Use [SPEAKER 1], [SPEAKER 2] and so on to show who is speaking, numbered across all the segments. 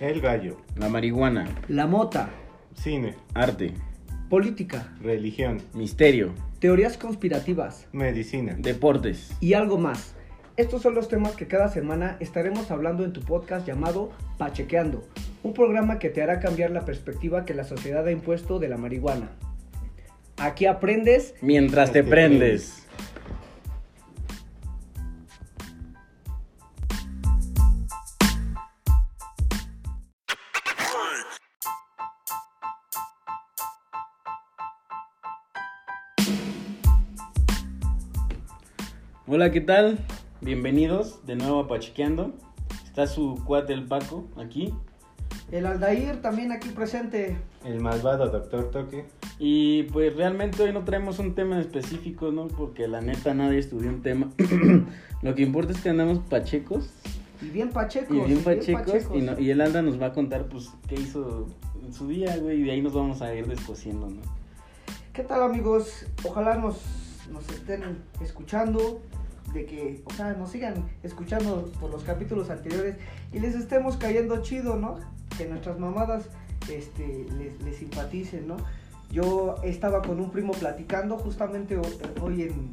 [SPEAKER 1] El gallo.
[SPEAKER 2] La marihuana.
[SPEAKER 3] La mota.
[SPEAKER 1] Cine.
[SPEAKER 2] Arte.
[SPEAKER 3] Política.
[SPEAKER 1] Religión.
[SPEAKER 2] Misterio.
[SPEAKER 3] Teorías conspirativas.
[SPEAKER 1] Medicina.
[SPEAKER 2] Deportes.
[SPEAKER 3] Y algo más. Estos son los temas que cada semana estaremos hablando en tu podcast llamado Pachequeando, un programa que te hará cambiar la perspectiva que la sociedad ha impuesto de la marihuana. Aquí aprendes
[SPEAKER 2] Mientras te prendes. Hola, ¿qué tal? Bienvenidos de nuevo a Pachequeando. Está su cuate el Paco aquí.
[SPEAKER 3] el Aldair también aquí presente.
[SPEAKER 1] El malvado doctor Toque.
[SPEAKER 2] Y pues realmente hoy no traemos un tema en específico, ¿no? Porque la neta nadie estudió un tema. Lo que importa es que andamos pachecos
[SPEAKER 3] Y bien pachecos.
[SPEAKER 2] y bien pachecos. Y, no- y el Alda nos va a contar, pues, qué hizo en su día, güey. Y de ahí nos vamos a ir descosiendo, ¿no?
[SPEAKER 3] ¿Qué tal amigos? Ojalá nos, nos estén escuchando, de que, o sea, nos sigan escuchando por los capítulos anteriores y les estemos cayendo chido, ¿no? Que nuestras mamadas este, les, les simpaticen, ¿no? Yo estaba con un primo platicando justamente ho- hoy en,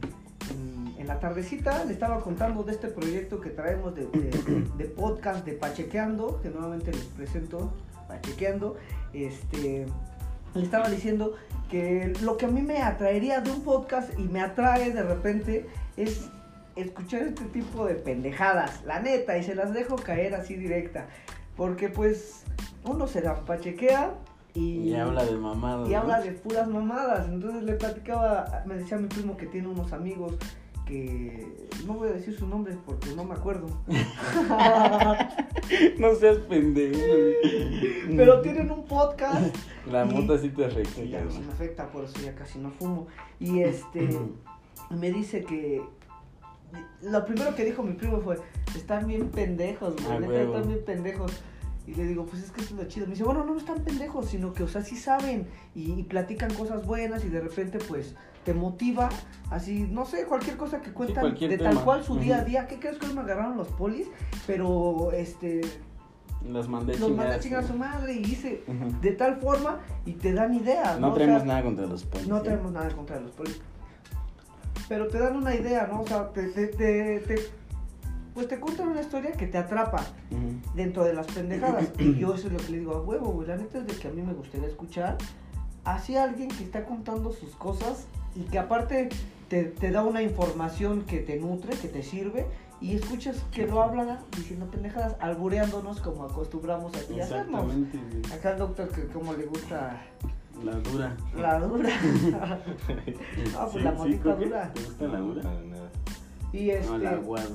[SPEAKER 3] en- en la tardecita, le estaba contando de este proyecto que traemos de, de- de podcast de Pachequeando, que nuevamente les presento, Pachequeando, este, le estaba diciendo que lo que a mí me atraería de un podcast y me atrae de repente es escuchar este tipo de pendejadas, la neta, y se las dejo caer así directa, porque pues uno se la pachequea y,
[SPEAKER 2] Y habla de mamado.
[SPEAKER 3] y habla de puras mamadas. Entonces le platicaba, me decía mi primo que tiene unos amigos que no voy a decir su nombre porque no me acuerdo,
[SPEAKER 2] No seas pendejo. güey.
[SPEAKER 3] pero tienen un podcast
[SPEAKER 2] La
[SPEAKER 3] y-
[SPEAKER 2] mota sí te reca,
[SPEAKER 3] y ya no se me
[SPEAKER 2] güey.
[SPEAKER 3] afecta, por eso ya casi no fumo. Y este, me dice que. Lo primero que dijo mi primo fue: Están bien pendejos,
[SPEAKER 2] Ah,
[SPEAKER 3] güey, neta,
[SPEAKER 2] huevo.
[SPEAKER 3] están bien pendejos. Y le digo, pues es que eso es lo chido. Me dice, bueno, no están pendejos, sino que, o sea, sí saben y, y platican cosas buenas y de repente, pues, te motiva. Así, no sé, cualquier cosa que cuentan
[SPEAKER 2] cualquier
[SPEAKER 3] de
[SPEAKER 2] tema.
[SPEAKER 3] tal cual su día a
[SPEAKER 2] Ujú.
[SPEAKER 3] día. ¿Qué crees que hoy me agarraron los polis? Pero, este,
[SPEAKER 2] Los mandé
[SPEAKER 3] los mandé a
[SPEAKER 2] chingar,
[SPEAKER 3] chingar a
[SPEAKER 2] güey.
[SPEAKER 3] su madre y hice
[SPEAKER 2] Ujú.
[SPEAKER 3] de tal forma y te dan ideas.
[SPEAKER 2] No
[SPEAKER 3] O
[SPEAKER 2] traemos
[SPEAKER 3] Ah, sea,
[SPEAKER 2] nada contra los polis.
[SPEAKER 3] no
[SPEAKER 2] ¿eh?
[SPEAKER 3] tenemos nada en contra de los polis. Pero te dan una idea, ¿no? O sea, te, te, te- te- pues te cuentan una historia que te atrapa
[SPEAKER 2] Ujú.
[SPEAKER 3] dentro de las pendejadas. Y yo eso es lo que le digo a huevo, güey. La neta es de que a mí me gustaría escuchar así a alguien que está contando sus cosas y que aparte te, te da una información que te nutre, que te sirve. Y escuchas que no hablan diciendo pendejadas, albureándonos como acostumbramos aquí a hacernos.
[SPEAKER 2] Exactamente, güey.
[SPEAKER 3] Acá el doctor que como le gusta
[SPEAKER 2] La dura.
[SPEAKER 3] la dura. Ah, pues la motita
[SPEAKER 2] creo que
[SPEAKER 3] dura.
[SPEAKER 2] ¿Te gusta la dura?
[SPEAKER 1] Para nada.
[SPEAKER 3] Y este.
[SPEAKER 2] No, la guada.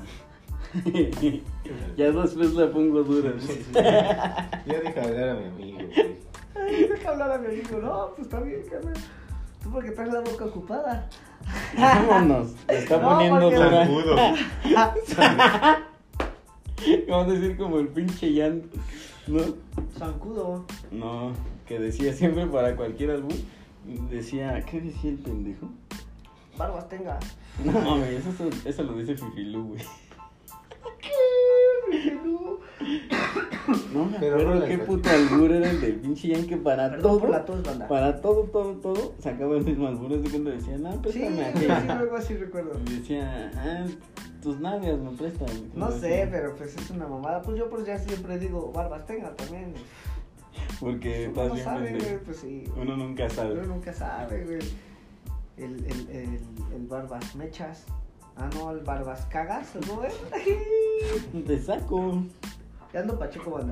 [SPEAKER 2] ya después la pongo dura. ¿no?
[SPEAKER 1] Ya deja hablar a mi amigo, güey.
[SPEAKER 3] Ay, deja hablar a mi amigo. No, pues está bien, carnal. Tú porque traes la boca ocupada.
[SPEAKER 2] Vámonos. Te está
[SPEAKER 3] No,
[SPEAKER 2] poniendo
[SPEAKER 3] porque-
[SPEAKER 2] dura.
[SPEAKER 1] Zancudo.
[SPEAKER 2] Vamos a decir como el pinche Jan. ¿No?
[SPEAKER 3] Zancudo.
[SPEAKER 2] No, que decía siempre para cualquier álbum. Decía, ¿qué decía el pendejo?
[SPEAKER 3] Barbas tenga.
[SPEAKER 2] No mames, eso, eso lo dice Fifilú, güey.
[SPEAKER 3] Pelú.
[SPEAKER 2] No me
[SPEAKER 1] Pero
[SPEAKER 2] acuerdo
[SPEAKER 1] no la
[SPEAKER 2] qué
[SPEAKER 1] encuentro.
[SPEAKER 2] puta albur era el del pinche Yan que para
[SPEAKER 3] Perdón
[SPEAKER 2] todo,
[SPEAKER 3] por la tos, banda.
[SPEAKER 2] para todo, todo, todo, sacaba el mismo albur. Así cuando decía, no,
[SPEAKER 3] Sí,
[SPEAKER 2] préstame
[SPEAKER 3] güey,
[SPEAKER 2] aquí.
[SPEAKER 3] sí, algo así recuerdo.
[SPEAKER 2] Y decía, ah, tus nalgas me prestan.
[SPEAKER 3] No sé, pero pues es una mamada. Pues yo pues ya siempre digo barbas tenga también.
[SPEAKER 2] Porque
[SPEAKER 3] Uno
[SPEAKER 2] estás
[SPEAKER 3] no
[SPEAKER 2] bien
[SPEAKER 3] sabe,
[SPEAKER 2] pendejo.
[SPEAKER 3] güey, pues sí.
[SPEAKER 2] Uno nunca
[SPEAKER 3] Uno
[SPEAKER 2] sabe.
[SPEAKER 3] nunca sabe, güey. El, el, el, el barbas mechas. Ah, no, el barbas cagas, ¿no, eh?
[SPEAKER 2] Te saco.
[SPEAKER 3] Ya ando pacheco, banda.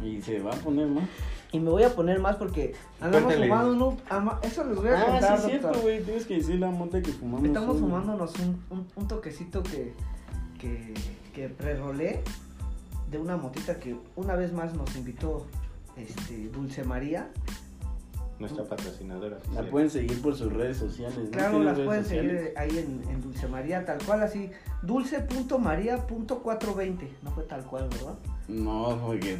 [SPEAKER 2] Y se va a poner más.
[SPEAKER 3] Y me voy a poner más porque andamos
[SPEAKER 1] Cuéntale.
[SPEAKER 3] fumando ¿no? Ama- Eso les voy a
[SPEAKER 2] Ah,
[SPEAKER 3] contar,
[SPEAKER 2] sí, es cierto,
[SPEAKER 3] doctor.
[SPEAKER 2] güey. Tienes que decir la monta que fumamos.
[SPEAKER 3] Estamos
[SPEAKER 2] hoy.
[SPEAKER 3] fumándonos un, un, un toquecito que, que, que prerrolé de una motita que una vez más nos invitó este, Dulce María.
[SPEAKER 1] nuestra patrocinadora.
[SPEAKER 2] La
[SPEAKER 1] oficial.
[SPEAKER 2] pueden seguir por sus redes sociales. ¿no?
[SPEAKER 3] Claro,
[SPEAKER 2] ¿Tienes
[SPEAKER 3] las
[SPEAKER 2] redes
[SPEAKER 3] pueden
[SPEAKER 2] sociales?
[SPEAKER 3] seguir eh. ahí en, en Dulce María, tal cual, así. Dulce.maría.420. No fue tal cual, ¿verdad?
[SPEAKER 2] No, porque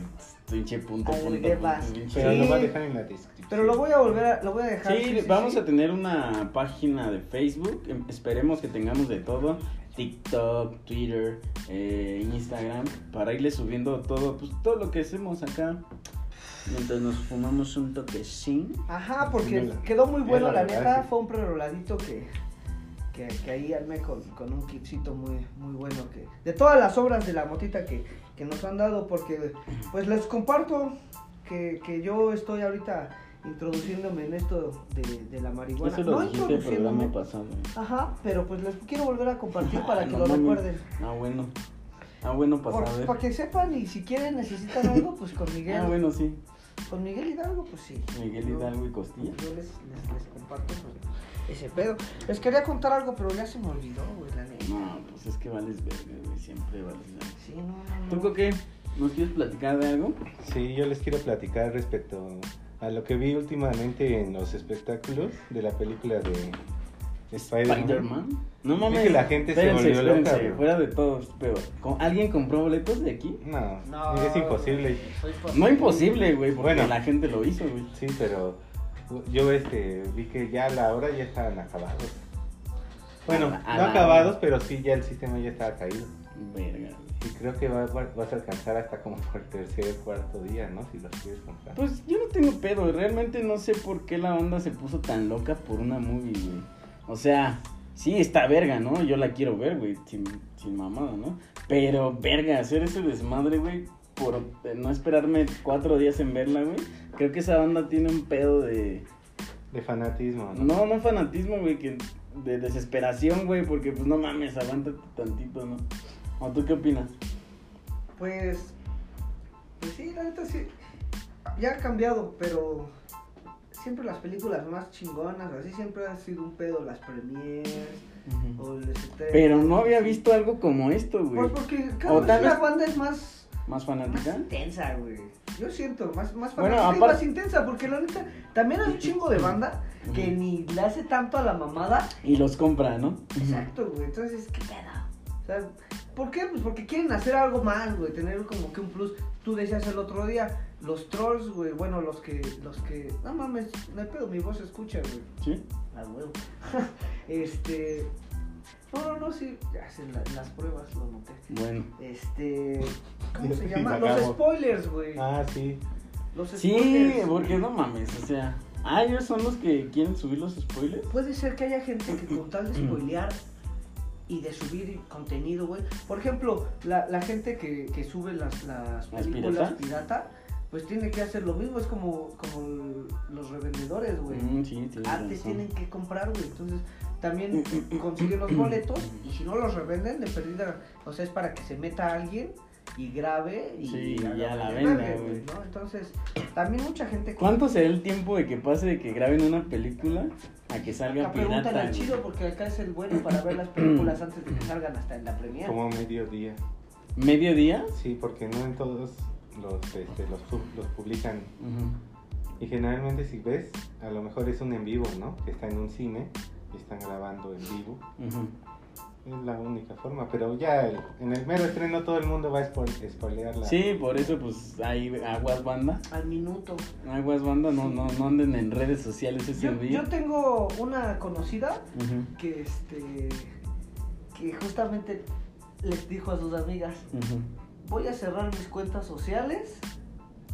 [SPEAKER 2] pinche punto,
[SPEAKER 3] Ay,
[SPEAKER 2] punto,
[SPEAKER 3] ¿qué
[SPEAKER 2] punto,
[SPEAKER 3] más?
[SPEAKER 2] pinche-
[SPEAKER 1] Pero
[SPEAKER 3] Sí.
[SPEAKER 1] lo va a dejar en la descripción.
[SPEAKER 3] Pero lo voy a volver a, lo voy a dejar.
[SPEAKER 2] Sí, vamos a tener una página de Facebook. em- Esperemos que tengamos de todo. TikTok, Twitter, eh, Instagram, para irle subiendo todo, pues todo lo que hacemos acá. Mientras nos fumamos un toquecín.
[SPEAKER 3] Ajá, porque
[SPEAKER 1] Mira,
[SPEAKER 3] quedó muy
[SPEAKER 1] mira
[SPEAKER 3] bueno,
[SPEAKER 1] la
[SPEAKER 3] la
[SPEAKER 1] verdad,
[SPEAKER 3] neta.
[SPEAKER 1] sí.
[SPEAKER 3] Fue un prerroladito que, que, que ahí armé con, con un clipcito muy, muy bueno. que De todas las obras de la motita que, que nos han dado, porque pues les comparto que, que yo estoy ahorita introduciéndome en esto de, de la marihuana.
[SPEAKER 2] Eso lo
[SPEAKER 3] no
[SPEAKER 2] dijiste el programa
[SPEAKER 3] introduciéndome,
[SPEAKER 2] pasado. ¿eh?
[SPEAKER 3] Ajá, pero pues les quiero volver a compartir para que
[SPEAKER 2] No
[SPEAKER 3] lo
[SPEAKER 2] mames.
[SPEAKER 3] recuerden.
[SPEAKER 2] Ah, bueno. Ah, bueno,
[SPEAKER 3] Por-
[SPEAKER 2] pasado.
[SPEAKER 3] para que sepan y si quieren necesitan algo, pues con Miguel.
[SPEAKER 2] Ah, bueno, sí.
[SPEAKER 3] Con Miguel Hidalgo, pues sí.
[SPEAKER 2] Miguel
[SPEAKER 3] Yo-
[SPEAKER 2] Hidalgo y Costilla.
[SPEAKER 3] Yo les, les, les comparto pues, ese pedo. Les quería contar algo, pero ya se me olvidó, güey, la neta.
[SPEAKER 2] No, pues es que vales verga, güey. Siempre vales verga.
[SPEAKER 3] Sí, no, no, no.
[SPEAKER 2] ¿Tú, Coque? ¿Nos quieres platicar de algo?
[SPEAKER 1] Sí, yo les quiero platicar respecto a lo que vi últimamente en los espectáculos de la película de Spider-Man.
[SPEAKER 2] Spider-Man. No
[SPEAKER 1] Vi
[SPEAKER 2] mames.
[SPEAKER 1] que la gente se
[SPEAKER 2] espérense,
[SPEAKER 1] volvió loca,
[SPEAKER 2] espérense,
[SPEAKER 1] güey.
[SPEAKER 2] Fuera de todo, pero ¿con- ¿alguien compró boletos de aquí?
[SPEAKER 1] No,
[SPEAKER 3] No,
[SPEAKER 1] es imposible.
[SPEAKER 3] soy posible.
[SPEAKER 2] No imposible, güey, porque
[SPEAKER 1] Bueno.
[SPEAKER 2] la gente lo hizo, güey.
[SPEAKER 1] Sí, pero yo este vi que ya a la hora ya estaban acabados. Bueno,
[SPEAKER 2] A la- a
[SPEAKER 1] no
[SPEAKER 2] la-
[SPEAKER 1] acabados, pero sí ya el sistema ya estaba caído.
[SPEAKER 2] Verga. güey.
[SPEAKER 1] Y creo que va- va- vas a alcanzar hasta como por el tercer cuarto día, ¿no? Si los quieres comprar.
[SPEAKER 2] Pues yo no tengo pedo, realmente no sé por qué la banda se puso tan loca por una movie, güey. O sea, sí, está verga, ¿no? Yo la quiero ver, güey, sin, sin mamada, ¿no? Pero, verga, hacer ese desmadre, güey, por eh, no esperarme cuatro días en verla, güey. Creo que esa banda tiene un pedo de...
[SPEAKER 1] De fanatismo, ¿no?
[SPEAKER 2] No, no fanatismo, güey, que de desesperación, güey, porque pues no mames, aguántate tantito, ¿no? ¿O tú qué opinas?
[SPEAKER 3] Pues. Pues sí, la neta sí. Ya ha cambiado, pero. Siempre las películas más chingonas, así siempre ha sido un pedo las premiers o los estrenos.
[SPEAKER 2] Pero no había visto algo como esto, güey.
[SPEAKER 3] Pues porque cada
[SPEAKER 2] O
[SPEAKER 3] vez
[SPEAKER 2] tal
[SPEAKER 3] la
[SPEAKER 2] vez-
[SPEAKER 3] banda es más.
[SPEAKER 2] ¿Más
[SPEAKER 3] Más
[SPEAKER 2] fanática?
[SPEAKER 3] intensa, güey. Yo siento, más, más
[SPEAKER 2] Bueno,
[SPEAKER 3] fanática y
[SPEAKER 2] aparte-
[SPEAKER 3] más intensa, porque la neta, también hay un chingo de banda que
[SPEAKER 2] Ujú.
[SPEAKER 3] ni le hace tanto a la mamada.
[SPEAKER 2] Y los compra, ¿no?
[SPEAKER 3] Exacto, güey. Entonces, ¿qué pedo? O sea, ¿por qué? Pues porque quieren hacer algo más, güey. Tener como que un plus. Tú decías el otro día, los trolls, güey. Bueno, los que, los que, no mames, no hay pedo, mi voz se escucha, güey.
[SPEAKER 2] Sí.
[SPEAKER 3] A huevo. este, no, no, no, sí, ya hacen la- las pruebas, lo noté.
[SPEAKER 2] Bueno.
[SPEAKER 3] Este, ¿cómo se
[SPEAKER 1] Sí,
[SPEAKER 3] llama? Los
[SPEAKER 1] vagamos.
[SPEAKER 3] spoilers, güey.
[SPEAKER 1] Ah, sí.
[SPEAKER 3] Los
[SPEAKER 2] Sí,
[SPEAKER 3] spoilers.
[SPEAKER 2] porque no mames, o sea. Ah, ellos son los que quieren subir los spoilers.
[SPEAKER 3] Puede ser que haya gente que con tal
[SPEAKER 2] Mm.
[SPEAKER 3] de spoilear y de subir contenido, güey. Por ejemplo, la, la gente que, que sube las, las
[SPEAKER 2] ¿Las
[SPEAKER 3] películas
[SPEAKER 2] piratas?
[SPEAKER 3] pirata, pues tiene que hacer lo mismo. Es como, como los revendedores, güey.
[SPEAKER 2] Mm, sí, tienes
[SPEAKER 3] Antes
[SPEAKER 2] razón.
[SPEAKER 3] tienen que comprar, güey. Entonces, también consiguen los boletos y si no los revenden, de perdida. O sea, es para que se meta alguien y grabe y,
[SPEAKER 2] Sí, y ya la
[SPEAKER 3] venda,
[SPEAKER 2] venda, güey.
[SPEAKER 3] ¿no? Entonces, también mucha gente.
[SPEAKER 2] ¿Cuánto será el tiempo de que pase de que graben una película a que salga
[SPEAKER 3] Acá preguntan
[SPEAKER 2] pirata?
[SPEAKER 3] Ah, al
[SPEAKER 2] güey?
[SPEAKER 3] chido porque acá es el bueno para ver las películas antes de que salgan hasta en la premiere.
[SPEAKER 1] Como a mediodía.
[SPEAKER 2] ¿Mediodía?
[SPEAKER 1] Sí, porque no en todos los, este, los, pu- los publican.
[SPEAKER 2] Ujú.
[SPEAKER 1] Y generalmente si ves, a lo mejor es un en vivo, ¿no? Que está en un cine y están grabando en vivo.
[SPEAKER 2] Ujú.
[SPEAKER 1] Es la única forma, pero ya el- en el mero estreno todo el mundo va a spo- spoilear la...
[SPEAKER 2] Sí, por eso pues hay aguas banda.
[SPEAKER 3] Al minuto.
[SPEAKER 2] Aguas banda, no, no, no anden en redes sociales ese
[SPEAKER 3] Yo,
[SPEAKER 2] día.
[SPEAKER 3] yo tengo una conocida
[SPEAKER 2] Ujú,
[SPEAKER 3] que este que justamente les dijo a sus amigas,
[SPEAKER 2] ujú.
[SPEAKER 3] voy a cerrar mis cuentas sociales,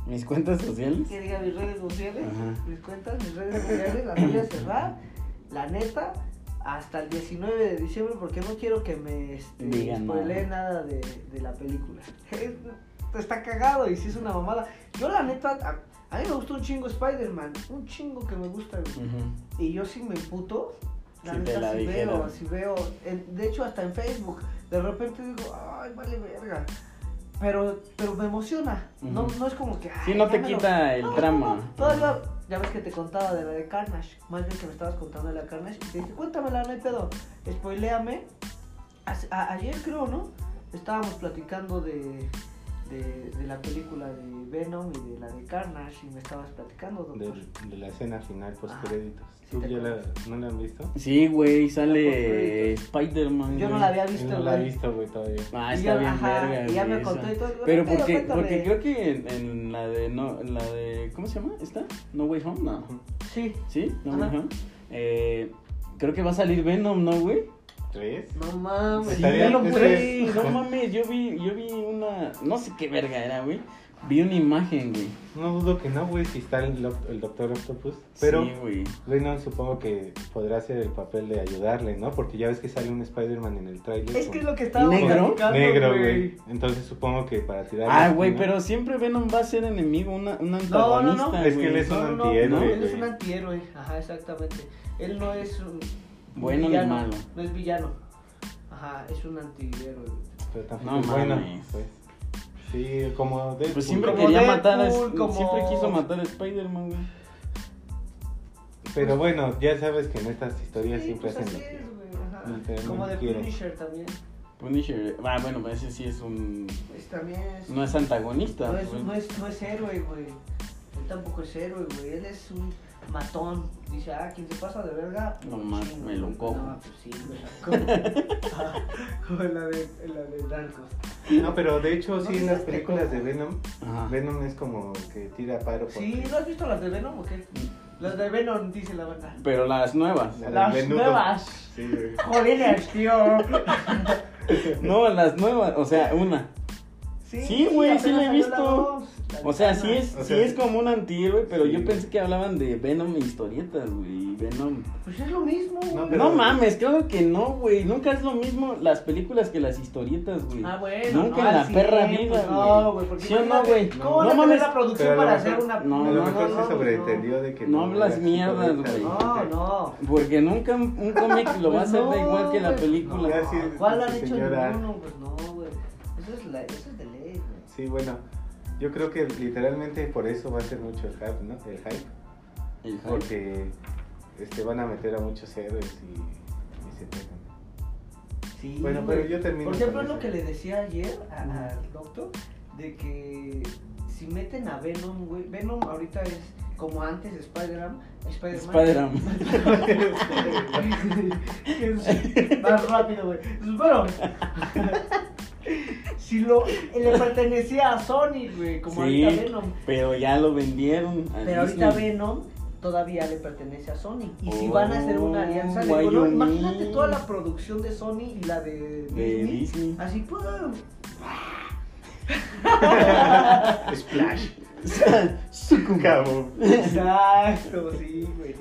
[SPEAKER 2] Mis cuentas sociales.
[SPEAKER 3] que diga mis redes sociales,
[SPEAKER 2] Ajá.
[SPEAKER 3] mis cuentas, mis redes sociales, las voy a cerrar, la neta, hasta el 19 de diciembre porque no quiero que me este,
[SPEAKER 2] Digan nada.
[SPEAKER 3] spoileen nada de, de la película. Está cagado y si es una mamada. Yo la neta, a, a mí me gustó un chingo Spider-Man, un chingo que me gusta. güey.
[SPEAKER 2] Ujú.
[SPEAKER 3] Y yo sí me puto. La
[SPEAKER 2] Sí te
[SPEAKER 3] neta
[SPEAKER 2] la
[SPEAKER 3] sí
[SPEAKER 2] dijeron.
[SPEAKER 3] veo, sí veo. En- de hecho, hasta en Facebook, de repente digo, ay, vale verga. Pero, pero me emociona. no,
[SPEAKER 2] Ujú.
[SPEAKER 3] no es como que.
[SPEAKER 2] Sí,
[SPEAKER 3] "Ay,
[SPEAKER 2] no
[SPEAKER 3] ya
[SPEAKER 2] te
[SPEAKER 3] me lo-
[SPEAKER 2] quita el
[SPEAKER 3] No, no,
[SPEAKER 2] drama.
[SPEAKER 3] no. Todavía, ya ves que te contaba de la de Carnage. Más bien que me estabas contando de la Carnage. Y te dije, cuéntamela, no hay pedo. Spoileame. As- a- ayer creo, ¿no? Estábamos platicando de, de de, de la película de Venom y de la de Carnage y me estabas platicando,
[SPEAKER 1] De,
[SPEAKER 3] doctor.
[SPEAKER 1] de la escena final post
[SPEAKER 3] Ajá.
[SPEAKER 1] créditos.
[SPEAKER 3] Ah, Sí,
[SPEAKER 1] ¿Tú
[SPEAKER 3] te
[SPEAKER 1] ya la,
[SPEAKER 3] acuerdas.
[SPEAKER 1] no la han visto?
[SPEAKER 2] Sí, güey,
[SPEAKER 3] Por
[SPEAKER 2] sale Spider-Man.
[SPEAKER 3] Yo no
[SPEAKER 2] güey.
[SPEAKER 3] la había visto,
[SPEAKER 1] Yo No la he
[SPEAKER 3] güey.
[SPEAKER 1] visto, güey, todavía.
[SPEAKER 2] Ah,
[SPEAKER 3] Y
[SPEAKER 2] está
[SPEAKER 3] yo,
[SPEAKER 2] bien,
[SPEAKER 3] ajá,
[SPEAKER 2] verga.
[SPEAKER 3] y ya me
[SPEAKER 2] güey,
[SPEAKER 3] contó
[SPEAKER 2] esa.
[SPEAKER 3] y todo. digo,
[SPEAKER 2] Pero
[SPEAKER 3] "Cuéntame,
[SPEAKER 2] porque,
[SPEAKER 3] cuéntame".
[SPEAKER 2] porque creo que en, en la de no, en la de. ¿Cómo se llama? ¿Esta? No Way Home, no.
[SPEAKER 3] Sí,
[SPEAKER 2] ¿Sí? No
[SPEAKER 3] Ajá.
[SPEAKER 2] Way Home. Eh, creo que va a salir Venom, ¿no, güey?
[SPEAKER 1] ¿Tres?
[SPEAKER 3] no mames.
[SPEAKER 2] Sí,
[SPEAKER 1] Estaría-
[SPEAKER 2] no, güey,
[SPEAKER 1] es-
[SPEAKER 2] no mames, yo vi, yo vi una, no sé qué verga era, güey, vi una imagen, güey,
[SPEAKER 1] No dudo que no, güey, si está el, doc- el Doctor Octopus. Pero
[SPEAKER 2] sí, güey,
[SPEAKER 1] Venom supongo que podrá hacer el papel de ayudarle, ¿no? Porque ya ves que sale un Spider-Man en el trailer.
[SPEAKER 3] Es que es lo que estaba
[SPEAKER 2] ¿Negro?
[SPEAKER 1] Negro, güey. Entonces supongo que para tirar... la
[SPEAKER 2] ah, güey,
[SPEAKER 1] esquina-
[SPEAKER 2] pero siempre Venom va a ser enemigo, una, un
[SPEAKER 3] No, no,
[SPEAKER 2] antagonista,
[SPEAKER 3] no.
[SPEAKER 1] Es que él
[SPEAKER 2] güey. Pues
[SPEAKER 1] es un
[SPEAKER 3] No, no, no,
[SPEAKER 1] antihéroe,
[SPEAKER 3] no, Él es
[SPEAKER 1] güey.
[SPEAKER 3] un antihéroe, ajá, exactamente. Él no es un.
[SPEAKER 2] Bueno ni
[SPEAKER 3] villano,
[SPEAKER 2] malo.
[SPEAKER 3] No es villano. Ajá, es un antihéroe. güey.
[SPEAKER 1] Pero tampoco
[SPEAKER 2] No
[SPEAKER 1] es bueno,
[SPEAKER 2] mames.
[SPEAKER 1] pues. Sí, como Deadpool.
[SPEAKER 2] Pues siempre
[SPEAKER 3] Como
[SPEAKER 2] quería
[SPEAKER 3] Deadpool,
[SPEAKER 2] matar, a,
[SPEAKER 3] como-
[SPEAKER 2] siempre quiso matar a Spider-Man, güey.
[SPEAKER 1] Pero bueno, ya sabes que en estas historias
[SPEAKER 3] Sí,
[SPEAKER 1] siempre
[SPEAKER 3] pues
[SPEAKER 1] hacen
[SPEAKER 3] así
[SPEAKER 1] lo que...
[SPEAKER 3] es, güey, ajá.
[SPEAKER 1] Literalmente
[SPEAKER 3] Como de
[SPEAKER 1] quieren.
[SPEAKER 3] Punisher también.
[SPEAKER 2] Punisher, ah, bueno, pues ese sí es un,
[SPEAKER 3] Pues también es.
[SPEAKER 2] no es antagonista,
[SPEAKER 3] No es,
[SPEAKER 2] güey.
[SPEAKER 3] no es, no es héroe, güey. Él tampoco es héroe, güey. Él es un matón. Dice, ah, quien se pasa de verga. pues
[SPEAKER 2] No más,
[SPEAKER 3] chingo".
[SPEAKER 2] me lo cojo.
[SPEAKER 3] No, pues sí, me lo cojo. Ah, Como en la de, en la de Narcos.
[SPEAKER 1] No, pero de hecho, sí,
[SPEAKER 3] No
[SPEAKER 1] en las
[SPEAKER 3] seas
[SPEAKER 1] películas de
[SPEAKER 3] teco.
[SPEAKER 1] Venom,
[SPEAKER 2] Ajá.
[SPEAKER 1] Venom es como que tira paro.
[SPEAKER 3] Sí, ¿no has visto las de Venom o qué?
[SPEAKER 2] Mm.
[SPEAKER 3] Las de Venom, dice la banda.
[SPEAKER 2] Pero las nuevas.
[SPEAKER 1] La de
[SPEAKER 3] Las
[SPEAKER 1] Venudo.
[SPEAKER 3] nuevas.
[SPEAKER 1] Sí, güey.
[SPEAKER 3] Jóvenes, tío.
[SPEAKER 2] No, las nuevas, o sea, una. Sí, güey, sí la
[SPEAKER 3] apenas
[SPEAKER 2] he
[SPEAKER 3] salió la
[SPEAKER 2] visto.
[SPEAKER 3] dos. La de
[SPEAKER 2] O sea,
[SPEAKER 3] Venom.
[SPEAKER 2] sí es,
[SPEAKER 1] O
[SPEAKER 2] sí
[SPEAKER 1] sea,
[SPEAKER 2] es como un antihéroe, pero
[SPEAKER 1] sí.
[SPEAKER 2] yo pensé que hablaban de Venom e historietas, güey. Venom.
[SPEAKER 3] Pues es lo mismo, güey.
[SPEAKER 1] No,
[SPEAKER 2] No
[SPEAKER 1] pero-
[SPEAKER 2] mames, claro que no, güey. Nunca es lo mismo las películas que las historietas, güey.
[SPEAKER 3] Ah, bueno.
[SPEAKER 2] Nunca
[SPEAKER 3] no,
[SPEAKER 2] en la
[SPEAKER 3] sí,
[SPEAKER 2] perra
[SPEAKER 3] pues
[SPEAKER 2] vida,
[SPEAKER 3] No,
[SPEAKER 2] güey.
[SPEAKER 3] güey, porque.
[SPEAKER 2] ¿Sí o no,
[SPEAKER 3] imagínate,
[SPEAKER 2] güey?
[SPEAKER 3] ¿Cómo
[SPEAKER 2] No
[SPEAKER 3] no
[SPEAKER 2] mames.
[SPEAKER 3] mames la producción
[SPEAKER 1] Pero a lo
[SPEAKER 3] para
[SPEAKER 1] mejor-
[SPEAKER 3] hacer una.
[SPEAKER 2] no,
[SPEAKER 1] a lo
[SPEAKER 2] no,
[SPEAKER 1] mejor
[SPEAKER 3] no,
[SPEAKER 1] se
[SPEAKER 3] pues
[SPEAKER 1] sobreentendió de que
[SPEAKER 2] No hablas
[SPEAKER 1] eras
[SPEAKER 2] mierdas,
[SPEAKER 1] correcta,
[SPEAKER 2] güey.
[SPEAKER 3] No, no.
[SPEAKER 2] Porque nunca un un cómic lo va a hacer de
[SPEAKER 3] Pues no,
[SPEAKER 2] igual que la
[SPEAKER 3] güey.
[SPEAKER 2] película.
[SPEAKER 1] No, así es.
[SPEAKER 3] ¿Cuál han
[SPEAKER 1] Sí,
[SPEAKER 3] hecho
[SPEAKER 1] este, señora.
[SPEAKER 3] ninguno? Pues no, güey. Eso es, la, eso es de ley, güey.
[SPEAKER 1] Sí, bueno, yo creo que literalmente por eso va a ser mucho el hype, ¿no? El hype,
[SPEAKER 2] El hype.
[SPEAKER 1] porque este, van a meter a muchos héroes y, y se pegan.
[SPEAKER 3] Sí,
[SPEAKER 1] Bueno,
[SPEAKER 3] güey.
[SPEAKER 1] pero yo termino
[SPEAKER 3] Por ejemplo,
[SPEAKER 1] con
[SPEAKER 3] es lo
[SPEAKER 1] eso.
[SPEAKER 3] que le decía ayer a- al doctor, de que si meten a Venom, güey, Venom ahorita es como antes Spider-Man, Spider-Man.
[SPEAKER 2] Spider-Man.
[SPEAKER 3] Es más rápido, güey. Bueno, si lo, le pertenecía a Sony, güey, como
[SPEAKER 2] Sí,
[SPEAKER 3] ahorita Venom.
[SPEAKER 2] pero ya lo vendieron. a
[SPEAKER 3] Pero ahorita
[SPEAKER 2] Disney.
[SPEAKER 3] Venom todavía le pertenece a Sony. Y si
[SPEAKER 2] Oh,
[SPEAKER 3] van a hacer una alianza, le digo, no,
[SPEAKER 2] guayomín.
[SPEAKER 3] imagínate toda la producción de Sony y la de
[SPEAKER 2] De
[SPEAKER 3] Disney.
[SPEAKER 2] Disney.
[SPEAKER 3] Ah. Así, ¡pum!
[SPEAKER 1] Splash.
[SPEAKER 2] Sucumba.
[SPEAKER 1] Cabo.
[SPEAKER 3] Exacto, sí, güey.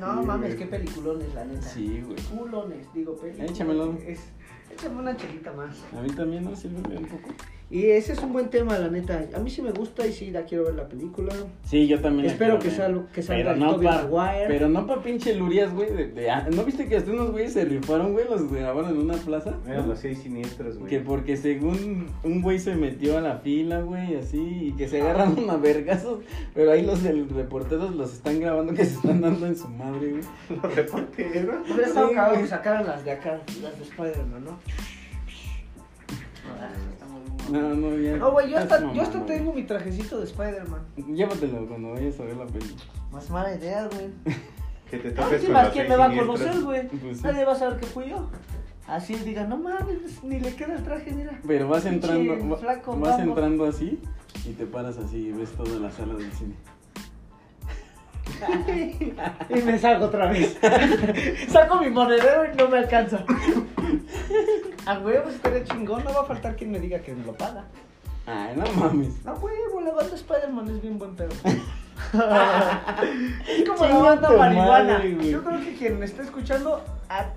[SPEAKER 3] No
[SPEAKER 1] Sí,
[SPEAKER 3] mames,
[SPEAKER 1] güey.
[SPEAKER 3] qué peliculones, la neta.
[SPEAKER 2] Sí, güey.
[SPEAKER 3] Culones, digo, películas.
[SPEAKER 2] Échamelo.
[SPEAKER 3] Es- échame una chelita más.
[SPEAKER 2] A mí también no sirve un poco.
[SPEAKER 3] Y ese es un buen tema, la neta. A mí sí me gusta y sí la quiero ver la película.
[SPEAKER 2] Sí, yo también. la
[SPEAKER 3] Espero
[SPEAKER 2] quiero
[SPEAKER 3] que
[SPEAKER 2] ver.
[SPEAKER 3] salga- que salga
[SPEAKER 2] pero
[SPEAKER 3] el
[SPEAKER 2] no
[SPEAKER 3] Tobey
[SPEAKER 2] pa,
[SPEAKER 3] Maguire.
[SPEAKER 2] Pero no pa pinche Lurías, güey. de- de- ah, ¿No viste que hasta unos güeyes se rifaron, güey? Los grabaron en una plaza.
[SPEAKER 1] Eran los seis siniestros, güey.
[SPEAKER 2] Que porque según un güey se metió a la fila, güey, así, y que se agarraron a vergazos, pero ahí los del- reporteros los están grabando que se están dando en su madre, güey.
[SPEAKER 1] Los reporteros.
[SPEAKER 3] Hubiera estado
[SPEAKER 2] Sí,
[SPEAKER 3] cagado
[SPEAKER 2] güey.
[SPEAKER 3] que sacaran las de acá, las de Spider-Man, ¿no? Ah, está muy bueno.
[SPEAKER 2] No, no, ya.
[SPEAKER 3] No, güey, yo
[SPEAKER 2] estás
[SPEAKER 3] hasta, yo
[SPEAKER 2] mamando,
[SPEAKER 3] hasta
[SPEAKER 2] güey.
[SPEAKER 3] tengo mi trajecito de Spider-Man.
[SPEAKER 2] Llévatelo cuando vayas a ver la peli.
[SPEAKER 3] Más mala idea, güey.
[SPEAKER 1] Que te toques
[SPEAKER 3] La
[SPEAKER 1] con
[SPEAKER 3] última,
[SPEAKER 1] los
[SPEAKER 3] Ah, ¿quién
[SPEAKER 1] seis
[SPEAKER 3] me va a
[SPEAKER 1] siniestros.
[SPEAKER 3] conocer, güey?
[SPEAKER 2] Pues sí.
[SPEAKER 3] Nadie va a saber que fui yo. Así diga, no mames, ni le queda el traje, mira.
[SPEAKER 2] Pero vas
[SPEAKER 3] Pinche
[SPEAKER 2] entrando, va-
[SPEAKER 3] flaco,
[SPEAKER 2] vas
[SPEAKER 3] vamos.
[SPEAKER 2] entrando así y te paras así y ves toda la sala del cine.
[SPEAKER 3] y me salgo otra vez. Saco mi monedero y no me alcanza. A huevo, estaría chingón, no va a faltar quien me diga que me lo paga.
[SPEAKER 2] Ay, no mames.
[SPEAKER 3] A huevo, la banda Spider-Man es bien buen pedo. es como la
[SPEAKER 2] Chinga
[SPEAKER 3] banda
[SPEAKER 2] tu
[SPEAKER 3] marihuana.
[SPEAKER 2] madre, güey.
[SPEAKER 3] Yo creo que quien me está escuchando, a-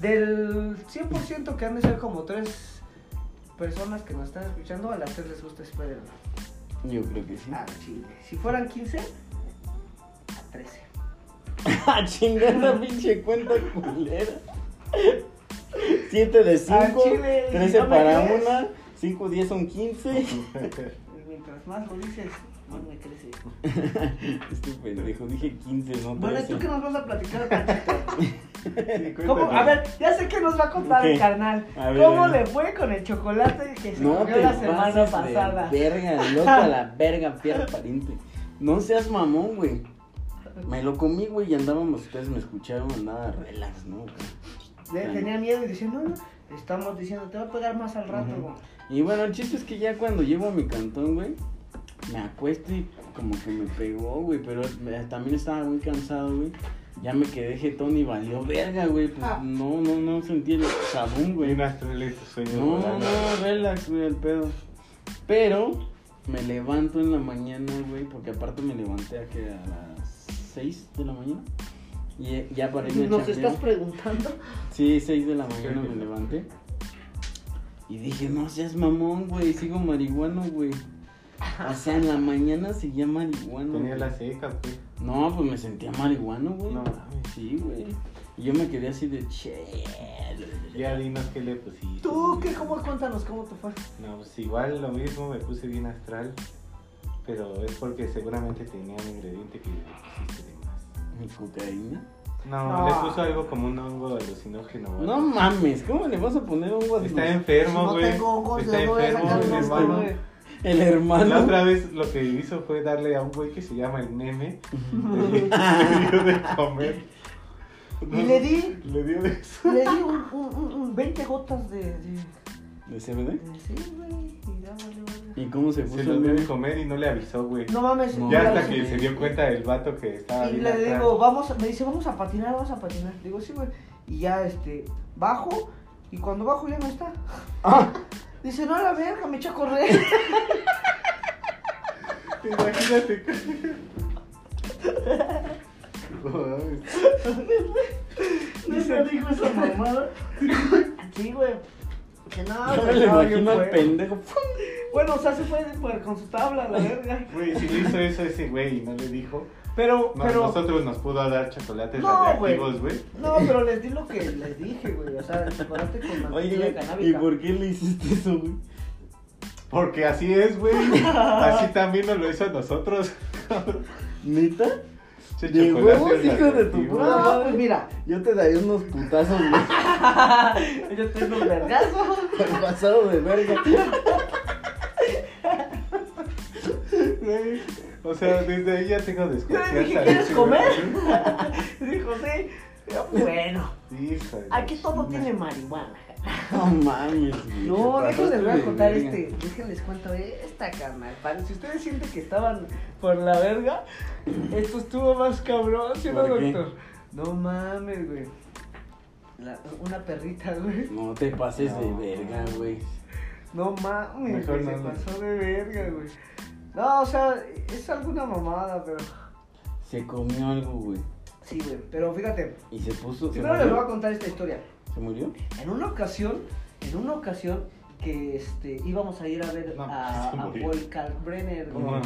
[SPEAKER 3] del 100% que han de ser como tres personas que nos están escuchando, a las tres les gusta Spider-Man.
[SPEAKER 2] Yo creo que sí.
[SPEAKER 3] Ah, chile. Si fueran 15, a 13.
[SPEAKER 2] Ah, chingada pinche cuenta culera. 7 de 5,
[SPEAKER 3] Al chile, si
[SPEAKER 2] 13
[SPEAKER 3] no me
[SPEAKER 2] para
[SPEAKER 3] crees.
[SPEAKER 2] una, 5, 10 son 15.
[SPEAKER 3] Mientras más lo dices, más me crece.
[SPEAKER 2] Este pendejo, dije 15, no
[SPEAKER 3] Bueno, ¿y tú
[SPEAKER 2] 13.
[SPEAKER 3] qué nos vas a platicar, Panchito? ¿Cómo? A ver, ya sé que nos va a contar
[SPEAKER 2] Ok.
[SPEAKER 3] el carnal.
[SPEAKER 2] A ver,
[SPEAKER 3] ¿Cómo
[SPEAKER 2] a ver.
[SPEAKER 3] le fue con el chocolate que se
[SPEAKER 2] No
[SPEAKER 3] comió
[SPEAKER 2] te
[SPEAKER 3] la semana
[SPEAKER 2] pases
[SPEAKER 3] pasada?
[SPEAKER 2] de verga, loco a la verga, fiar pariente. No seas mamón, güey. Me lo comí, güey, y andábamos, ustedes me escucharon, andaba relax, ¿no? güey?
[SPEAKER 3] Le- Tenía miedo y decía, no, no, te estamos diciendo, te va a pegar más al rato,
[SPEAKER 2] Ujú.
[SPEAKER 3] güey.
[SPEAKER 2] Y bueno, el chiste es que ya cuando llevo a mi cantón, güey, me acuesto y como que me pegó, güey, pero me- también estaba muy cansado, güey. Ya me quedé jetón y valió verga, güey. Pues
[SPEAKER 3] Ah.
[SPEAKER 2] no, no, no sentí el sabún, güey.
[SPEAKER 1] Un astral en tu sueño.
[SPEAKER 2] No, no,
[SPEAKER 1] volando.
[SPEAKER 2] no, relax, güey, el pedo. Pero me levanto en la mañana, güey, porque aparte me levanté a, que a las 6 de la mañana. Y eh, ya para irme a
[SPEAKER 3] ¿Nos
[SPEAKER 2] chambear.
[SPEAKER 3] estás preguntando?
[SPEAKER 2] Sí, 6 de la mañana me levanté. Y dije, no seas mamón, güey, sigo marihuano, güey. O sea, en la mañana seguía marihuano.
[SPEAKER 1] Tenía
[SPEAKER 2] güey.
[SPEAKER 1] la seca, güey.
[SPEAKER 2] No, pues me sentía marihuano, güey.
[SPEAKER 1] No mames.
[SPEAKER 2] Sí, güey. Y yo me quedé así de che.
[SPEAKER 1] Ya dinos qué le pusiste.
[SPEAKER 3] ¿Tú qué? ¿Cómo? Cuéntanos, ¿cómo te fue?
[SPEAKER 1] No, pues igual lo mismo, me puse bien astral. Pero es porque seguramente tenía un ingrediente que le pusiste de más.
[SPEAKER 2] Mi cocaína.
[SPEAKER 1] No,
[SPEAKER 3] No.
[SPEAKER 1] le puso algo como un hongo alucinógeno. güey.
[SPEAKER 2] No mames, ¿cómo le vas a poner un guas-
[SPEAKER 1] Está enfermo,
[SPEAKER 3] no
[SPEAKER 1] güey.
[SPEAKER 3] tengo hongos,
[SPEAKER 1] Está
[SPEAKER 3] yo no voy a
[SPEAKER 1] enfermo,
[SPEAKER 3] sacar
[SPEAKER 1] mi
[SPEAKER 3] un hongo,
[SPEAKER 1] hermano.
[SPEAKER 3] güey.
[SPEAKER 2] El hermano.
[SPEAKER 1] La otra vez lo que hizo fue darle a un güey que se llama el meme. Le le dio de comer.
[SPEAKER 3] Y le di,
[SPEAKER 1] Le dio de eso.
[SPEAKER 3] le di un, un- un- un 20 gotas de... de-
[SPEAKER 2] ¿De CBD?
[SPEAKER 3] de- sí, güey, y ya valió, valió.
[SPEAKER 2] ¿Y cómo se puso
[SPEAKER 1] Se
[SPEAKER 2] el
[SPEAKER 1] lo dio
[SPEAKER 2] meme?
[SPEAKER 1] de comer y no le avisó, güey.
[SPEAKER 3] No mames.
[SPEAKER 2] No.
[SPEAKER 1] Ya
[SPEAKER 3] mira,
[SPEAKER 1] hasta
[SPEAKER 3] sí.
[SPEAKER 1] que se dio cuenta el vato que estaba
[SPEAKER 3] Y
[SPEAKER 1] bien
[SPEAKER 3] le
[SPEAKER 1] atrás.
[SPEAKER 3] digo, vamos, me dice, vamos a patinar, vamos a patinar. Digo, sí, güey. Y ya, este, bajo, y cuando bajo ya no está. Dice, no, a la verga, me echa a correr.
[SPEAKER 1] Imagínate. No mames.
[SPEAKER 3] No se dijo esa mamada. Sí, güey. Que no,
[SPEAKER 2] Yo me
[SPEAKER 3] güey,
[SPEAKER 2] lo
[SPEAKER 3] no, yo
[SPEAKER 2] imagino al
[SPEAKER 3] fue.
[SPEAKER 2] pendejo.
[SPEAKER 3] Bueno, o sea, se fue de- por- con su tabla, la verga.
[SPEAKER 1] Güey, si le hizo eso a ese güey y no le dijo.
[SPEAKER 3] Pero,
[SPEAKER 1] no,
[SPEAKER 3] pero.
[SPEAKER 1] Nosotros nos pudo dar chocolates
[SPEAKER 3] No,
[SPEAKER 1] radioactivos, güey.
[SPEAKER 3] No, pero les di lo que les dije, güey. O sea, chocolate con
[SPEAKER 2] Oye,
[SPEAKER 3] mantequilla
[SPEAKER 2] güey,
[SPEAKER 3] canábica.
[SPEAKER 2] ¿y por qué le hiciste eso, güey?
[SPEAKER 1] Porque así es, güey. Así también nos lo hizo a nosotros.
[SPEAKER 2] ¿Neta?
[SPEAKER 1] Ese
[SPEAKER 2] De
[SPEAKER 1] chocolate
[SPEAKER 2] huevos, hijo de tu
[SPEAKER 1] radioactivo.
[SPEAKER 2] puta
[SPEAKER 3] No, pues mira,
[SPEAKER 2] Yo te daría unos putazos, güey.
[SPEAKER 3] yo tengo un vergazo.
[SPEAKER 2] Pasado de verga.
[SPEAKER 1] Güey, O sea, desde ahí ya tengo
[SPEAKER 3] Yo
[SPEAKER 1] desconfianza.
[SPEAKER 3] le dije,
[SPEAKER 1] de
[SPEAKER 3] ¿quieres
[SPEAKER 1] ese
[SPEAKER 3] comer?
[SPEAKER 1] güey.
[SPEAKER 3] Dijo, sí. Yo, Bueno,
[SPEAKER 1] Hijo de la
[SPEAKER 3] aquí todo
[SPEAKER 1] chingada.
[SPEAKER 3] tiene marihuana.
[SPEAKER 2] No mames, güey.
[SPEAKER 3] No,
[SPEAKER 2] Te
[SPEAKER 3] déjenles voy
[SPEAKER 2] pasaste
[SPEAKER 3] a
[SPEAKER 2] de
[SPEAKER 3] contar
[SPEAKER 2] verga.
[SPEAKER 3] este, déjenles cuento esta carnal. Para- si ustedes sienten que estaban por la verga, esto estuvo más cabrón, ¿sí o no,
[SPEAKER 2] ¿Por qué?
[SPEAKER 3] doctor? No mames, güey. La- una perrita, güey.
[SPEAKER 2] No te pases de
[SPEAKER 1] No.
[SPEAKER 2] verga, güey.
[SPEAKER 3] No mames,
[SPEAKER 1] Mejor
[SPEAKER 3] güey, se
[SPEAKER 1] no, no.
[SPEAKER 3] pasó de verga, güey. No, o sea, es alguna mamada, pero.
[SPEAKER 2] Se comió algo, güey.
[SPEAKER 3] Sí, güey. Pero fíjate,
[SPEAKER 2] Y se puso. ¿Se
[SPEAKER 3] primero les voy a
[SPEAKER 2] murió?
[SPEAKER 3] contar esta historia.
[SPEAKER 2] ¿Se murió?
[SPEAKER 3] En una ocasión, en una ocasión que este, íbamos a ir a ver
[SPEAKER 1] No,
[SPEAKER 3] a,
[SPEAKER 1] se
[SPEAKER 3] a
[SPEAKER 1] murió.
[SPEAKER 3] Paul Kalkbrenner, güey.
[SPEAKER 1] No,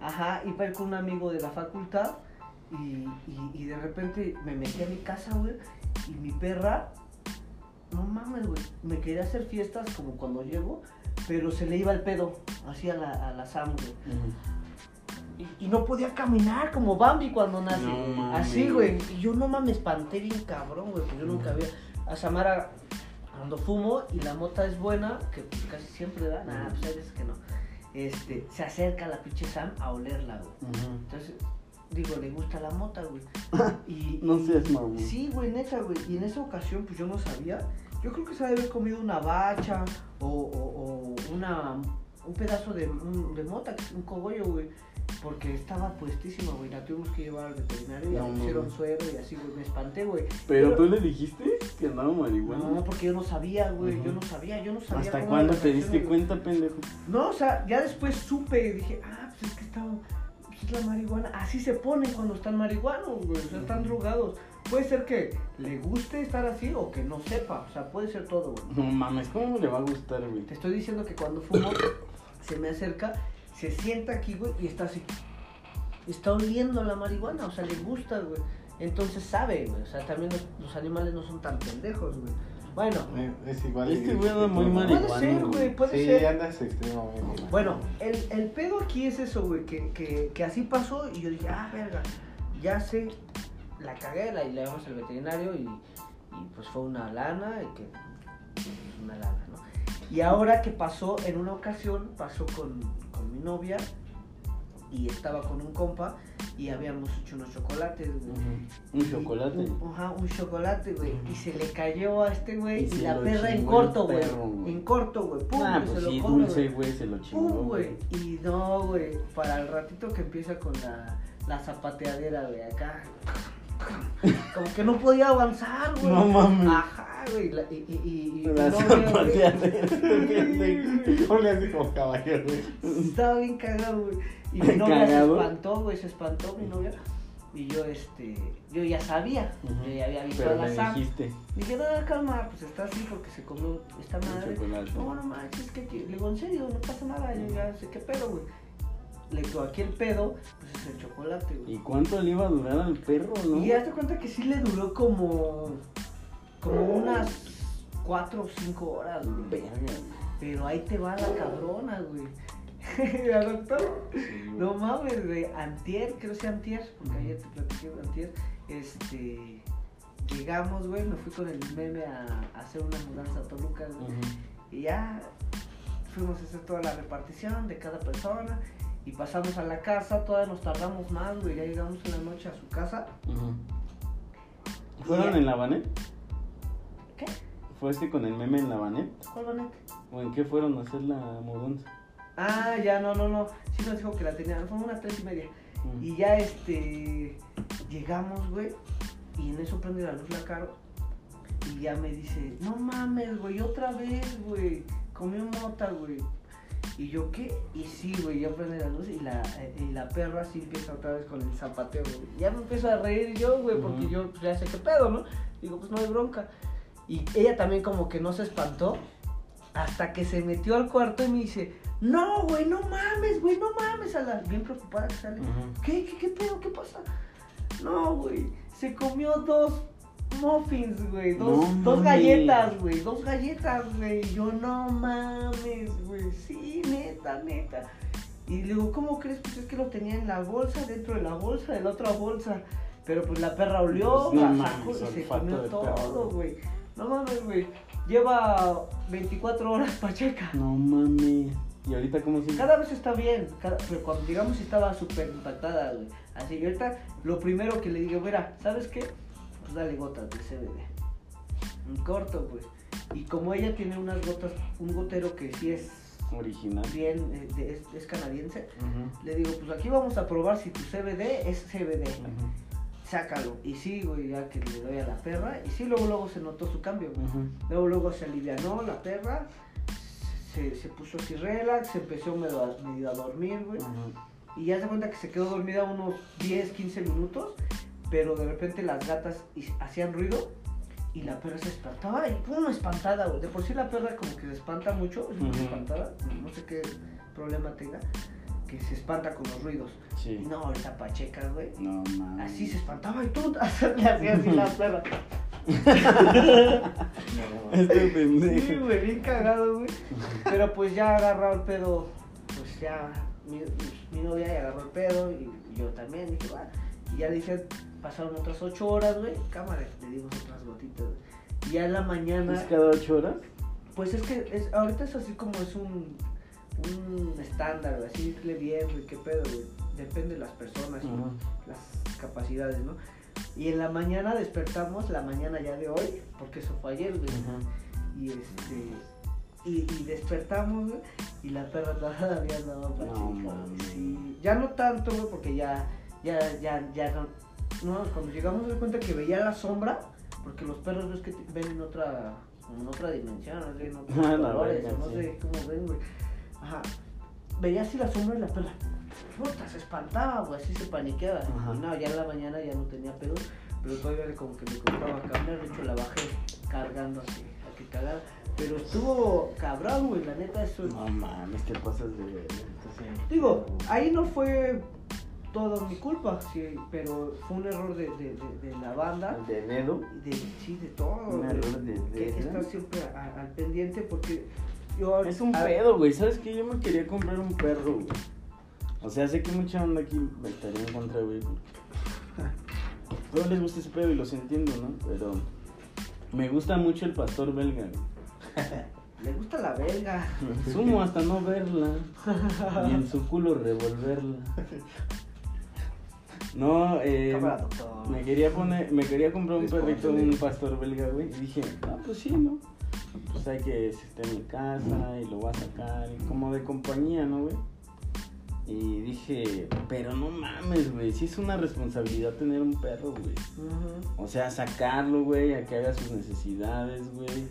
[SPEAKER 3] Ajá, iba a ir con un amigo de la facultad y, y- y de repente me metí a mi casa, güey, y mi perra, no mames, güey, me quería hacer fiestas como cuando llego, pero se le iba el pedo, así a la, a la Sam, güey. Y, y no podía caminar como Bambi cuando nace.
[SPEAKER 2] No mames.
[SPEAKER 3] así, güey. Y yo no mames, espanté bien cabrón, güey, porque yo nunca había. A Samara, cuando fumo y la mota es buena, que pues, casi siempre da, nada, pues hay veces que no. Este, se acerca la pinche Sam a olerla, güey.
[SPEAKER 2] Ujú.
[SPEAKER 3] Entonces, digo, le gusta la mota, güey. Y,
[SPEAKER 2] No seas mamón.
[SPEAKER 3] Sí, güey, neta, güey. Y en esa ocasión, pues yo no sabía. Yo creo que se debe haber comido una bacha o, o- o una, un pedazo de, un- de mota, que es un cogollo, güey. Porque estaba puestísima, güey. La tuvimos que llevar al veterinario y
[SPEAKER 2] No,
[SPEAKER 3] le pusieron
[SPEAKER 2] mames.
[SPEAKER 3] suero y así, güey. Me espanté, güey.
[SPEAKER 2] Pero tú le dijiste que andaba marihuana.
[SPEAKER 3] No, pues, porque yo no sabía, güey. Yo
[SPEAKER 2] Ujú.
[SPEAKER 3] no sabía, yo no sabía.
[SPEAKER 2] ¿Hasta
[SPEAKER 3] cómo
[SPEAKER 2] cuándo
[SPEAKER 3] me
[SPEAKER 2] te
[SPEAKER 3] reacciono,
[SPEAKER 2] diste
[SPEAKER 3] güey.
[SPEAKER 2] cuenta, pendejo?
[SPEAKER 3] No, o sea, ya después supe y dije, ah, pues es que estaba, pues es la marihuana. Así se ponen cuando están marihuanos, güey, o sea, están drogados. Puede ser que le guste estar así o que no sepa, o sea, puede ser todo, güey.
[SPEAKER 2] No mames, ¿cómo le va a gustar, güey? Este
[SPEAKER 3] Te estoy diciendo que cuando fumo, se me acerca, se sienta aquí, güey, y está así. Está oliendo la marihuana, o sea, le gusta, güey. Entonces sabe, güey, o sea, también los, los animales no son tan pendejos, güey. Bueno,
[SPEAKER 1] Eh, Es igual.
[SPEAKER 2] Este
[SPEAKER 1] de-
[SPEAKER 2] güey anda muy
[SPEAKER 1] Sí,
[SPEAKER 2] marihuana,
[SPEAKER 3] puede ser,
[SPEAKER 2] güey.
[SPEAKER 3] güey, puede
[SPEAKER 1] Sí,
[SPEAKER 3] ser.
[SPEAKER 1] andas extremadamente. mal.
[SPEAKER 3] Bueno, el, el pedo aquí es eso, güey, que, que, que así pasó y yo dije, ah, verga, ya sé la cagué, la, la llevamos al veterinario y, y, pues fue una lana y que pues, una lana, ¿no? Y ahora que pasó, en una ocasión pasó con, con mi novia y estaba con un compa y habíamos hecho unos chocolates, güey.
[SPEAKER 2] Un
[SPEAKER 3] Y-
[SPEAKER 2] chocolate.
[SPEAKER 3] un- ajá, un chocolate, güey. Y se le cayó a este
[SPEAKER 2] Y
[SPEAKER 3] güey y,
[SPEAKER 2] se
[SPEAKER 3] la
[SPEAKER 2] lo
[SPEAKER 3] perra en
[SPEAKER 2] chingó
[SPEAKER 3] corto,
[SPEAKER 2] el
[SPEAKER 3] güey.
[SPEAKER 2] perro, güey.
[SPEAKER 3] En corto, güey. Pum,
[SPEAKER 2] Ah,
[SPEAKER 3] güey,
[SPEAKER 2] pues
[SPEAKER 3] se
[SPEAKER 2] sí,
[SPEAKER 3] lo come,
[SPEAKER 2] dulce,
[SPEAKER 3] güey.
[SPEAKER 2] güey, se lo chingó.
[SPEAKER 3] Pum, güey.
[SPEAKER 2] güey.
[SPEAKER 3] Y no, güey. Para el ratito que empieza con la, la zapateadera, güey, acá. Como que no podía avanzar, güey.
[SPEAKER 2] No mames.
[SPEAKER 3] Ajá, güey. la- Y, y, y, y
[SPEAKER 2] La
[SPEAKER 3] no,
[SPEAKER 2] zapatilla
[SPEAKER 3] güey,
[SPEAKER 2] de
[SPEAKER 1] pendejo. Ponle así como caballero. güey.
[SPEAKER 3] Estaba bien cagado, güey. Y mi novia
[SPEAKER 2] Cagado.
[SPEAKER 3] se espantó, güey. Se espantó mi novia. Y yo, este. Yo ya sabía.
[SPEAKER 2] Ujú.
[SPEAKER 3] Yo ya había visto
[SPEAKER 2] Pero
[SPEAKER 3] a la
[SPEAKER 2] me
[SPEAKER 3] Sam.
[SPEAKER 2] dijiste
[SPEAKER 3] Dije, no, calma, pues está así porque se comió esta
[SPEAKER 2] un
[SPEAKER 3] madre.
[SPEAKER 2] chocolate.
[SPEAKER 3] No, no manches, que, que- le digo, en serio, no pasa nada, yo ya sé qué pedo, güey. Le digo, aquí el pedo, pues es el chocolate,
[SPEAKER 2] ¿Y
[SPEAKER 3] güey.
[SPEAKER 2] cuánto le iba a durar al perro, no?
[SPEAKER 3] Y hazte cuenta que sí le duró como, como unas cuatro o cinco horas, güey.
[SPEAKER 2] Verga, güey.
[SPEAKER 3] Pero ahí te va la cabrona, güey. ¿Ya, doctor? No mames, güey. Antier, creo que sí antier, porque ayer te platiqué de antier. Este... Llegamos, güey, me fui con el meme a, a hacer una mudanza a Toluca, güey.
[SPEAKER 2] Ujú.
[SPEAKER 3] Y ya fuimos a hacer toda la repartición de cada persona y pasamos a la casa, todavía nos tardamos más, güey, ya llegamos en la noche a su casa.
[SPEAKER 2] Ujú. ¿Fueron en la vanet?
[SPEAKER 3] ¿Qué?
[SPEAKER 2] ¿Fuiste con el meme en la vanet?
[SPEAKER 3] pues, ¿Cuál van
[SPEAKER 2] ¿O en qué fueron a hacer la mudanza?
[SPEAKER 3] Ah, ya, no, no, no. Sí nos dijo que la tenían, fueron unas tres y media.
[SPEAKER 2] Ujú.
[SPEAKER 3] Y ya este llegamos, güey, y en eso prende la luz la caro. Y ya me dice, no mames, güey, otra vez, güey. Comió mota, güey. Y yo, ¿qué? Y sí, güey, ya prende la luz y la, eh, y la perra sí empieza otra vez con el zapateo, güey. Ya me empiezo a reír yo, güey, porque
[SPEAKER 2] Ujú.
[SPEAKER 3] yo pues, ya sé qué pedo, ¿no? Digo, pues no hay bronca. Y ella también como que no se espantó hasta que se metió al cuarto y me dice, no, güey, no mames, güey, no mames, a la... bien preocupada que sale.
[SPEAKER 2] Ujú.
[SPEAKER 3] ¿Qué, qué, qué pedo? ¿Qué pasa? No, güey. Se comió dos muffins, güey. Dos,
[SPEAKER 2] No
[SPEAKER 3] dos
[SPEAKER 2] mames.
[SPEAKER 3] galletas, güey. Dos galletas, güey. Y Yo no mames, güey. Sí, neta, neta. Y le digo, ¿cómo crees? Pues es que lo tenía en la bolsa, dentro de la bolsa, de la otra bolsa. Pero pues la perra olió,
[SPEAKER 2] Pues no
[SPEAKER 3] la sacó
[SPEAKER 2] mames,
[SPEAKER 3] y se
[SPEAKER 2] olfato
[SPEAKER 3] comió
[SPEAKER 2] de perro.
[SPEAKER 3] todo, güey. No mames, güey. Lleva 24 horas pacheca.
[SPEAKER 2] No mames. ¿Y ahorita cómo se
[SPEAKER 3] Cada vez está bien, cada- pero cuando llegamos estaba súper impactada, güey. Así que ahorita lo primero que le digo, mira, ¿sabes qué? Pues dale gotas de CBD. Un corto, güey. Y como ella tiene unas gotas, un gotero que sí es
[SPEAKER 2] Original.
[SPEAKER 3] bien, eh, de- es, es canadiense,
[SPEAKER 2] Ujú.
[SPEAKER 3] le digo, pues aquí vamos a probar si tu CBD es CBD.
[SPEAKER 2] Ujú.
[SPEAKER 3] Sácalo. Y sí, güey, ya que le doy a la perra. Y sí, luego, luego se notó su cambio, güey.
[SPEAKER 2] Ujú.
[SPEAKER 3] Luego, luego se alivianó la perra, se, se puso así relax, se empezó medio a, medio a dormir, güey.
[SPEAKER 2] Ujú.
[SPEAKER 3] Y ya se cuenta que se quedó dormida unos 10, 15 minutos, pero de repente las gatas hi- hacían ruido y la perra se espantaba y pum, espantada, güey. De por sí la perra como que se espanta mucho, es muy
[SPEAKER 2] Ujú.
[SPEAKER 3] espantada, no sé qué problema tenga, que se espanta con los ruidos.
[SPEAKER 2] Sí.
[SPEAKER 3] No, ahorita pacheca, güey.
[SPEAKER 2] No mames.
[SPEAKER 3] Así se espantaba y tú, le hacía así la perra.
[SPEAKER 1] No, no, no.
[SPEAKER 2] Este
[SPEAKER 3] Sí,
[SPEAKER 2] pendejo.
[SPEAKER 3] güey, bien cagado, güey. Pero pues ya agarró el pedo, pues ya, mi, mi novia ya agarró el pedo y yo también, dije, va. Y ya le dije, pasaron otras ocho horas, güey, cámara, le dimos otras gotitas, güey. Y ya en la mañana,
[SPEAKER 2] ¿Es cada ocho horas?
[SPEAKER 3] pues es que es, ahorita es así como es un, un estándar, güey, así le bien, güey, qué pedo, güey. Depende de las personas, y
[SPEAKER 2] Ujú.
[SPEAKER 3] las capacidades, ¿no? Y en la mañana despertamos, la mañana ya de hoy, porque eso fue ayer, güey.
[SPEAKER 2] Ujú.
[SPEAKER 3] Y este. Y, y despertamos, güey, y la perra todavía andaba para
[SPEAKER 2] No mames.
[SPEAKER 3] Ya no tanto, güey, porque ya. Ya, ya, ya no. No, cuando llegamos me di cuenta que veía la sombra, porque los perros ves que te- ven en otra. como en otra dimensión, ¿no? ven en otros
[SPEAKER 2] Ah, la
[SPEAKER 3] colores,
[SPEAKER 2] verga,
[SPEAKER 3] no
[SPEAKER 2] sí.
[SPEAKER 3] sé cómo ven, güey. Ajá. Veía así la sombra y la perra. Puta, se espantaba, güey, así se paniqueaba.
[SPEAKER 2] Ajá.
[SPEAKER 3] Y no, ya en la mañana ya no tenía pedos, pero todavía como que me compraba caminar, de hecho la bajé cargando así, a que cagar. Pero estuvo cabrón, güey, la neta eso.
[SPEAKER 2] No mames, te pasas de verga. Entonces,
[SPEAKER 3] Digo, ahí no fue todo mi culpa, sí, pero fue un error de, de- de- de la banda.
[SPEAKER 2] De dedo.
[SPEAKER 3] De, sí, de todo.
[SPEAKER 2] Un
[SPEAKER 3] güey,
[SPEAKER 2] error de
[SPEAKER 3] que
[SPEAKER 2] dedo.
[SPEAKER 3] estar siempre a- al pendiente porque yo...
[SPEAKER 2] Es un
[SPEAKER 3] a-
[SPEAKER 2] pedo, güey. ¿Sabes qué? Yo me quería comprar un perro, güey. O sea, sé que mucha onda aquí me estaría en contra, güey. porque- luego les gusta ese pedo y los entiendo, ¿no? Pero me gusta mucho el pastor belga, güey.
[SPEAKER 3] Le gusta la verga.
[SPEAKER 2] Sumo hasta no verla y en su culo revolverla. No, eh,
[SPEAKER 3] Cámara, doctor.
[SPEAKER 2] me quería poner, me quería comprar un perrito,
[SPEAKER 3] Respóndele.
[SPEAKER 2] un pastor belga, güey, y dije, ah, pues sí, ¿no? Pues hay que estar en mi casa y lo voy a sacar, y como de compañía, ¿no, güey? Y dije, pero no mames, güey, sí es una responsabilidad tener un perro, güey.
[SPEAKER 3] Ujú.
[SPEAKER 2] O sea, sacarlo, güey, a que haga sus necesidades, güey.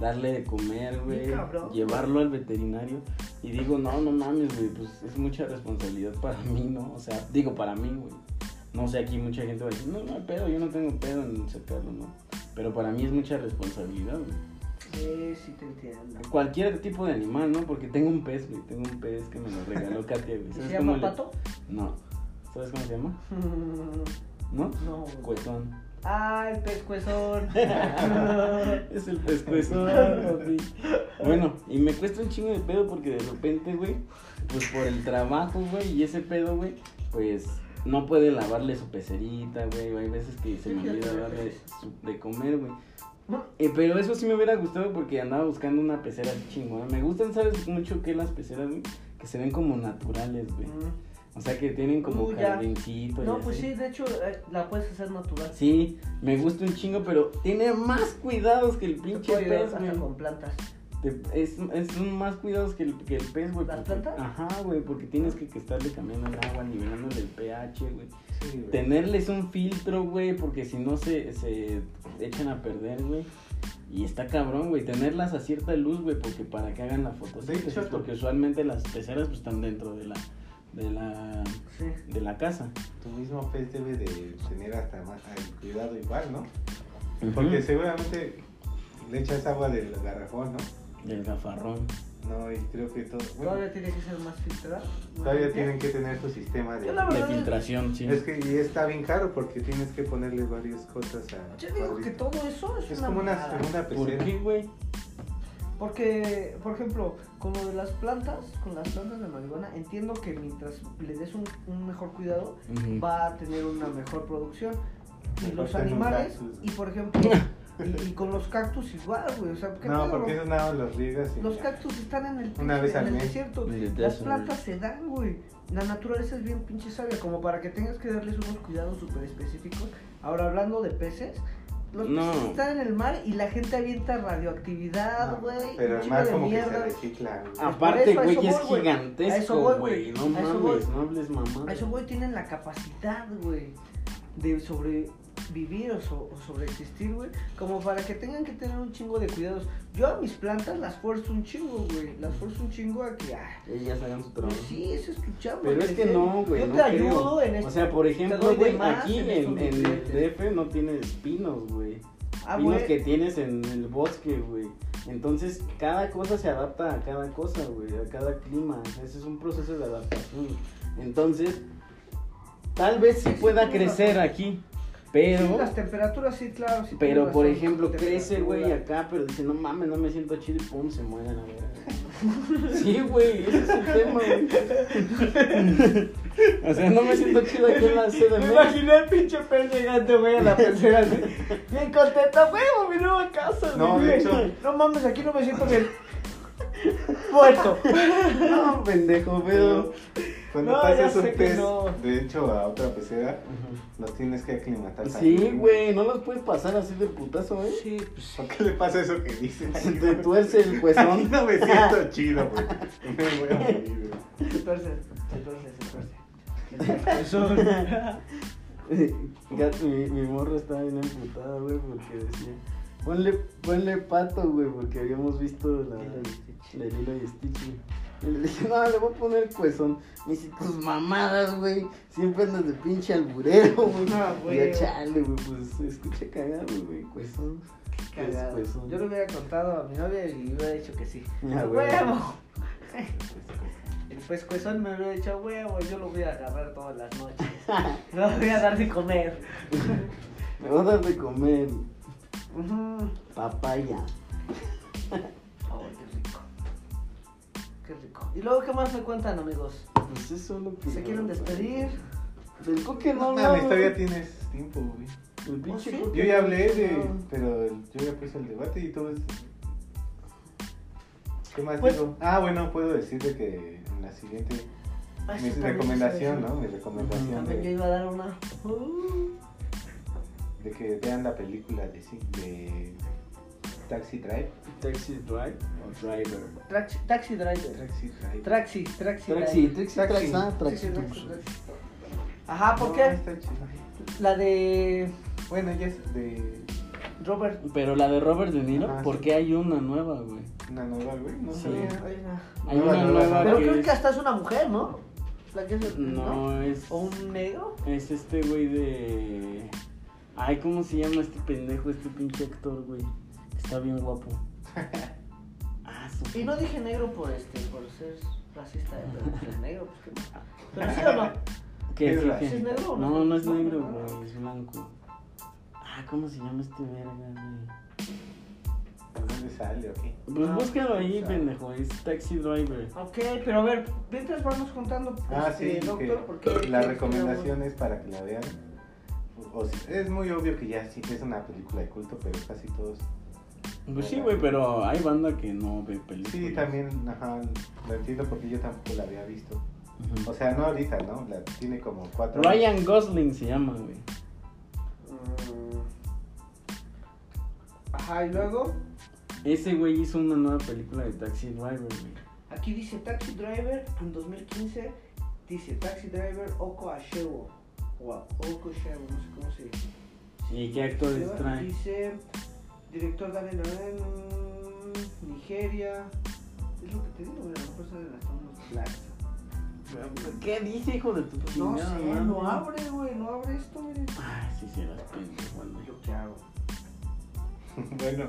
[SPEAKER 2] Darle de comer, güey.
[SPEAKER 3] cabrón.
[SPEAKER 2] Llevarlo al veterinario. Y digo, no, no mames, güey, pues es mucha responsabilidad para mí, ¿no? O sea, digo, para mí, güey. No sé, aquí mucha gente va a decir, no, no hay pedo, yo no tengo pedo en sacarlo, ¿no? Pero para mí es mucha responsabilidad, güey.
[SPEAKER 3] Sí, sí te entiendo.
[SPEAKER 2] Cualquier tipo de animal, ¿no? Porque tengo un pez, güey. Tengo un pez que me lo regaló Katia, güey.
[SPEAKER 3] ¿Se
[SPEAKER 2] ¿Sabes
[SPEAKER 3] llama
[SPEAKER 2] le-
[SPEAKER 3] pato?
[SPEAKER 2] No. ¿Sabes cómo se llama? ¿No?
[SPEAKER 3] No, güey.
[SPEAKER 2] Cuetón.
[SPEAKER 3] Ah, el pescuezón. Mm.
[SPEAKER 2] Es el pescuezón, papi. Bueno, y me cuesta un chingo de pedo porque de repente, güey, pues por el trabajo, güey, y ese pedo, güey, pues no puede lavarle su pecerita, güey. o Hay veces que se me olvida darle su- de comer, güey. Eh, pero eso sí me hubiera gustado porque andaba buscando una pecera chingona. Me gustan, ¿sabes? Mucho que las peceras, güey, que se ven como naturales, güey. O sea, que tienen como
[SPEAKER 3] Uh, ya.
[SPEAKER 2] jardincito. y
[SPEAKER 3] No, pues
[SPEAKER 2] así.
[SPEAKER 3] sí, de hecho eh, la puedes hacer natural.
[SPEAKER 2] Sí, me gusta un chingo, pero tiene más cuidados que el
[SPEAKER 3] Te
[SPEAKER 2] pinche
[SPEAKER 3] puede ayudar
[SPEAKER 2] pez,
[SPEAKER 3] hasta
[SPEAKER 2] güey.
[SPEAKER 3] con plantas.
[SPEAKER 2] Te- es, es un más cuidados que el, que el pez, güey.
[SPEAKER 3] ¿Las
[SPEAKER 2] porque-
[SPEAKER 3] plantas?
[SPEAKER 2] Ajá, güey, porque tienes que, que estarle cambiando el agua, nivelándole el pH, güey.
[SPEAKER 1] Sí, güey.
[SPEAKER 2] Tenerles un filtro, güey, porque si no se, se echan a perder, güey. Y está cabrón, güey, tenerlas a cierta luz, güey, porque para que hagan la fotosíntesis,
[SPEAKER 1] De hecho,
[SPEAKER 2] porque usualmente las peceras pues están dentro de la de la
[SPEAKER 3] Sí.
[SPEAKER 2] de la casa.
[SPEAKER 1] Tu mismo pez debe de tener hasta más ay, cuidado igual, ¿no? Porque seguramente le echas agua del garrafón, ¿no?
[SPEAKER 2] Ujú, del gafarrón.
[SPEAKER 1] No, y creo que todo... bueno,
[SPEAKER 3] Todavía tiene que ser más filtrada. más
[SPEAKER 1] todavía
[SPEAKER 3] limpia.
[SPEAKER 1] tienen que tener su sistema de...
[SPEAKER 3] Yo la
[SPEAKER 2] De
[SPEAKER 3] verdad-
[SPEAKER 2] filtración, sí.
[SPEAKER 1] Es que y está bien caro porque tienes que ponerle varias cosas a...
[SPEAKER 3] Yo digo que todo eso es,
[SPEAKER 1] Es como una,
[SPEAKER 3] mamada.
[SPEAKER 1] como una
[SPEAKER 2] ¿Por
[SPEAKER 1] pecera.
[SPEAKER 2] qué, güey?
[SPEAKER 3] Porque, por ejemplo, con lo de las plantas, con las plantas de marihuana, entiendo que mientras le des un, un mejor cuidado,
[SPEAKER 2] Ujú.
[SPEAKER 3] va a tener una mejor producción. Y
[SPEAKER 1] Me
[SPEAKER 3] los
[SPEAKER 1] faltan un
[SPEAKER 3] animales,
[SPEAKER 1] cactus.
[SPEAKER 3] y por ejemplo, y, y con los cactus igual, güey. O sea, ¿qué
[SPEAKER 1] No,
[SPEAKER 3] pedo?
[SPEAKER 1] porque esos nada más los riegas y...
[SPEAKER 3] Los
[SPEAKER 1] ya.
[SPEAKER 3] cactus están en el, pinche-
[SPEAKER 1] Una vez al
[SPEAKER 3] en el
[SPEAKER 1] mes.
[SPEAKER 3] desierto.
[SPEAKER 2] Ni de
[SPEAKER 3] Las
[SPEAKER 2] tazo,
[SPEAKER 3] plantas se dan, güey. La naturaleza es bien pinche sabia, como para que tengas que darles unos cuidados súper específicos. Ahora, hablando de peces, los
[SPEAKER 2] No.
[SPEAKER 3] peces están en el mar y la gente avienta radioactividad,
[SPEAKER 1] No,
[SPEAKER 3] güey. un
[SPEAKER 1] Pero es
[SPEAKER 3] chingo
[SPEAKER 1] más
[SPEAKER 3] de
[SPEAKER 1] como que se
[SPEAKER 3] mierda.
[SPEAKER 1] recicla, güey.
[SPEAKER 3] Ah,
[SPEAKER 2] Aparte,
[SPEAKER 3] Por eso, a
[SPEAKER 2] güey, es
[SPEAKER 3] eso voy, güey. A eso
[SPEAKER 2] gigantesco,
[SPEAKER 3] voy,
[SPEAKER 2] güey. No
[SPEAKER 3] A eso
[SPEAKER 2] mames,
[SPEAKER 3] voy.
[SPEAKER 2] no hables mamá.
[SPEAKER 3] A eso, güey, tienen la capacidad, güey, de sobrevivir o, so- o sobreexistir, güey, como para que tengan que tener un chingo de cuidados. Yo a mis plantas las fuerzo un chingo, güey, las fuerzo un chingo a que, ah,
[SPEAKER 2] Ellas hagan su
[SPEAKER 3] pues
[SPEAKER 2] trabajo.
[SPEAKER 3] sí, eso es tu chamba.
[SPEAKER 2] Pero es que
[SPEAKER 3] crecer.
[SPEAKER 2] no, güey.
[SPEAKER 3] Yo
[SPEAKER 2] no
[SPEAKER 3] te
[SPEAKER 2] creo.
[SPEAKER 3] ayudo en este- esto.
[SPEAKER 2] O sea, por ejemplo,
[SPEAKER 3] doy de
[SPEAKER 2] güey,
[SPEAKER 3] más
[SPEAKER 2] aquí en,
[SPEAKER 3] en estos
[SPEAKER 2] en el
[SPEAKER 3] nutrientes.
[SPEAKER 2] DF no tienes pinos, güey.
[SPEAKER 3] ah,
[SPEAKER 2] pinos
[SPEAKER 3] güey,
[SPEAKER 2] que tienes en el bosque, güey. Entonces, cada cosa se adapta a cada cosa, güey, a cada clima. Ese es un proceso de adaptación. Entonces, tal vez sí
[SPEAKER 3] Sí, sí,
[SPEAKER 2] pueda
[SPEAKER 3] tienes
[SPEAKER 2] crecer
[SPEAKER 3] razón.
[SPEAKER 2] aquí,
[SPEAKER 3] sí,
[SPEAKER 2] pero...
[SPEAKER 3] las temperaturas sí, claro. sí tienes
[SPEAKER 2] Pero, por
[SPEAKER 3] razón,
[SPEAKER 2] ejemplo,
[SPEAKER 3] la
[SPEAKER 2] crece, güey,
[SPEAKER 3] temperatura.
[SPEAKER 2] acá, pero dice, no mames, no me siento chido y pum, se muere la verga. Sí, güey, ese es el tema, güey. O sea, no me siento chido aquí en la
[SPEAKER 3] Me
[SPEAKER 2] CDMX.
[SPEAKER 3] imaginé al pinche pez llegando, güey, a la pecera, güey. Bien contenta, güey, mi nueva casa,
[SPEAKER 1] No,
[SPEAKER 3] güey.
[SPEAKER 1] de hecho-
[SPEAKER 3] No mames, aquí no me siento bien. Muerto.
[SPEAKER 2] No, pendejo, pero...
[SPEAKER 1] Pero cuando
[SPEAKER 3] No, ya
[SPEAKER 1] pasas
[SPEAKER 3] sé
[SPEAKER 1] un
[SPEAKER 3] que
[SPEAKER 1] pez,
[SPEAKER 3] no.
[SPEAKER 1] de hecho, a otra pecera, los tienes que aclimatar.
[SPEAKER 2] Pues Sí,
[SPEAKER 1] también,
[SPEAKER 2] güey, no los puedes pasar así de putazo, ¿eh?
[SPEAKER 3] Sí, pues.
[SPEAKER 1] ¿Por qué le pasa eso que dices?
[SPEAKER 2] Se te tuerce el
[SPEAKER 1] Aquí
[SPEAKER 2] huesón.
[SPEAKER 1] no me siento chido, güey. Me voy a morir, güey.
[SPEAKER 3] Se tuerce, se tuerce, se tuerce.
[SPEAKER 2] Gato, mi, mi morro estaba bien emputada, güey, porque decía... Ponle, ponle pato, güey, porque habíamos visto la... de Lilo y Stitch. Y le dije, no, le voy a poner cuezón. Me dice, tus mamadas, güey. Siempre andas de pinche alburero, güey.
[SPEAKER 3] Ah, güey.
[SPEAKER 2] Y yo, chale, güey, pues escuché cagado, güey, cuezón. Pues,
[SPEAKER 3] Cagado.
[SPEAKER 2] cuezón.
[SPEAKER 3] Yo le hubiera contado a mi novia y le hubiera dicho que sí.
[SPEAKER 2] Ah,
[SPEAKER 3] Pero,
[SPEAKER 2] güey.
[SPEAKER 3] ¡Huevo! El pescuezón me hubiera dicho, huevo, yo lo voy a agarrar todas las noches. No voy a dar de comer.
[SPEAKER 2] Me vas a dar de comer
[SPEAKER 3] Ujú.
[SPEAKER 2] papaya.
[SPEAKER 3] Oh, qué rico. Qué rico. ¿Y luego qué más me cuentan, amigos?
[SPEAKER 2] Pues eso es lo que...
[SPEAKER 3] ¿Se quieren despedir? Ah,
[SPEAKER 2] Del coque no,
[SPEAKER 1] No,
[SPEAKER 2] no.
[SPEAKER 1] mames, todavía tienes tiempo, güey.
[SPEAKER 2] El pinche
[SPEAKER 3] ¿Oh,
[SPEAKER 4] sí.
[SPEAKER 2] Coque.
[SPEAKER 1] Yo ya hablé de. Pero yo ya puse el debate y todo eso. ¿Qué más
[SPEAKER 4] Pues-
[SPEAKER 1] digo? Ah, bueno, puedo decirte que en la siguiente.
[SPEAKER 4] Ah, sí,
[SPEAKER 1] Mi
[SPEAKER 4] también
[SPEAKER 1] recomendación,
[SPEAKER 4] eso.
[SPEAKER 1] ¿no? Mi recomendación
[SPEAKER 4] También yo
[SPEAKER 1] de,
[SPEAKER 4] iba a dar una. Uh,
[SPEAKER 1] de que vean la película de, sí- de Taxi Drive.
[SPEAKER 2] Taxi Drive o Driver.
[SPEAKER 3] Taxi, taxi driver.
[SPEAKER 1] Taxi Drive.
[SPEAKER 3] Traxi,
[SPEAKER 2] Taxi,
[SPEAKER 3] traxi. driver.
[SPEAKER 2] Taxi,
[SPEAKER 1] Taxi.
[SPEAKER 2] Taxi, ah,
[SPEAKER 3] Sí,
[SPEAKER 2] Taxi.
[SPEAKER 3] sí, taxi, taxi. Ajá, ¿por
[SPEAKER 1] No,
[SPEAKER 3] qué?
[SPEAKER 1] está chido.
[SPEAKER 3] La de
[SPEAKER 1] Bueno, ya es de
[SPEAKER 3] Robert.
[SPEAKER 2] Pero la de Robert De Niro,
[SPEAKER 3] Ah,
[SPEAKER 1] Ajá,
[SPEAKER 2] ¿por
[SPEAKER 1] sí.
[SPEAKER 2] qué hay una nueva, güey?
[SPEAKER 1] una nueva, güey. No
[SPEAKER 2] Sí.
[SPEAKER 1] sé.
[SPEAKER 3] Hay una-
[SPEAKER 2] Hay
[SPEAKER 1] Nueva,
[SPEAKER 2] una
[SPEAKER 1] nueva,
[SPEAKER 2] nueva.
[SPEAKER 1] nueva.
[SPEAKER 3] Pero
[SPEAKER 2] Ah, que
[SPEAKER 3] creo
[SPEAKER 2] es-
[SPEAKER 3] que hasta es una mujer, ¿no? La que es.
[SPEAKER 2] No, es.
[SPEAKER 3] ¿O un negro?
[SPEAKER 2] Es este güey de. Ay, ¿cómo se llama este pendejo, este pinche actor, güey? Que Está bien guapo. Ah, su.
[SPEAKER 3] Y no dije negro por este, por ser racista, eh, pero si es negro, pues que no. Pero sí o no.
[SPEAKER 2] ¿Qué,
[SPEAKER 1] ¿Es
[SPEAKER 2] qué,
[SPEAKER 1] la-
[SPEAKER 2] qué?
[SPEAKER 3] ¿sí es negro o no?
[SPEAKER 2] No, no es
[SPEAKER 3] No,
[SPEAKER 2] negro,
[SPEAKER 3] no, no.
[SPEAKER 2] güey, es blanco. Ah, ¿cómo se llama este verga, güey?
[SPEAKER 1] ¿Dónde sale o qué?
[SPEAKER 2] Pues
[SPEAKER 3] Ah,
[SPEAKER 2] búscalo ahí,
[SPEAKER 1] ya.
[SPEAKER 2] pendejo, es Taxi Driver.
[SPEAKER 3] Ok, pero a ver, mientras vamos contando, pues,
[SPEAKER 1] Ah, sí,
[SPEAKER 3] eh, doctor,
[SPEAKER 1] que
[SPEAKER 3] porque
[SPEAKER 1] la recomendación es para que la vean. O sea, es muy obvio que ya sí que es una película de culto, pero casi todos.
[SPEAKER 2] Pues sí, güey, pero hay banda que no ve películas.
[SPEAKER 1] Sí, también, ajá, lo entiendo porque yo tampoco la había visto.
[SPEAKER 2] Ujú.
[SPEAKER 1] O sea, no ahorita, ¿no? La tiene como cuatro.
[SPEAKER 2] Ryan Gosling se llama, güey.
[SPEAKER 3] Mm,
[SPEAKER 4] Ajá, y luego.
[SPEAKER 2] Ese güey hizo una nueva película de Taxi Driver, güey.
[SPEAKER 3] Aquí dice Taxi Driver en 2015, dice Taxi Driver Oko Ashewo. O a- Oko Ashewo, no sé cómo se dice.
[SPEAKER 2] ¿Y qué actores trae?
[SPEAKER 3] Dice director Daniel Loren, Nigeria. Es lo que te digo, güey, a lo mejor salen hasta unos blacks.
[SPEAKER 2] ¿Qué dice, hijo de tu
[SPEAKER 3] No
[SPEAKER 2] chingada
[SPEAKER 3] sé,
[SPEAKER 2] madre?
[SPEAKER 3] no abre, güey, no abre esto, miren.
[SPEAKER 2] Ay, Ah, sí, se las pendejo, güey.
[SPEAKER 3] ¿Yo qué hago?
[SPEAKER 1] bueno,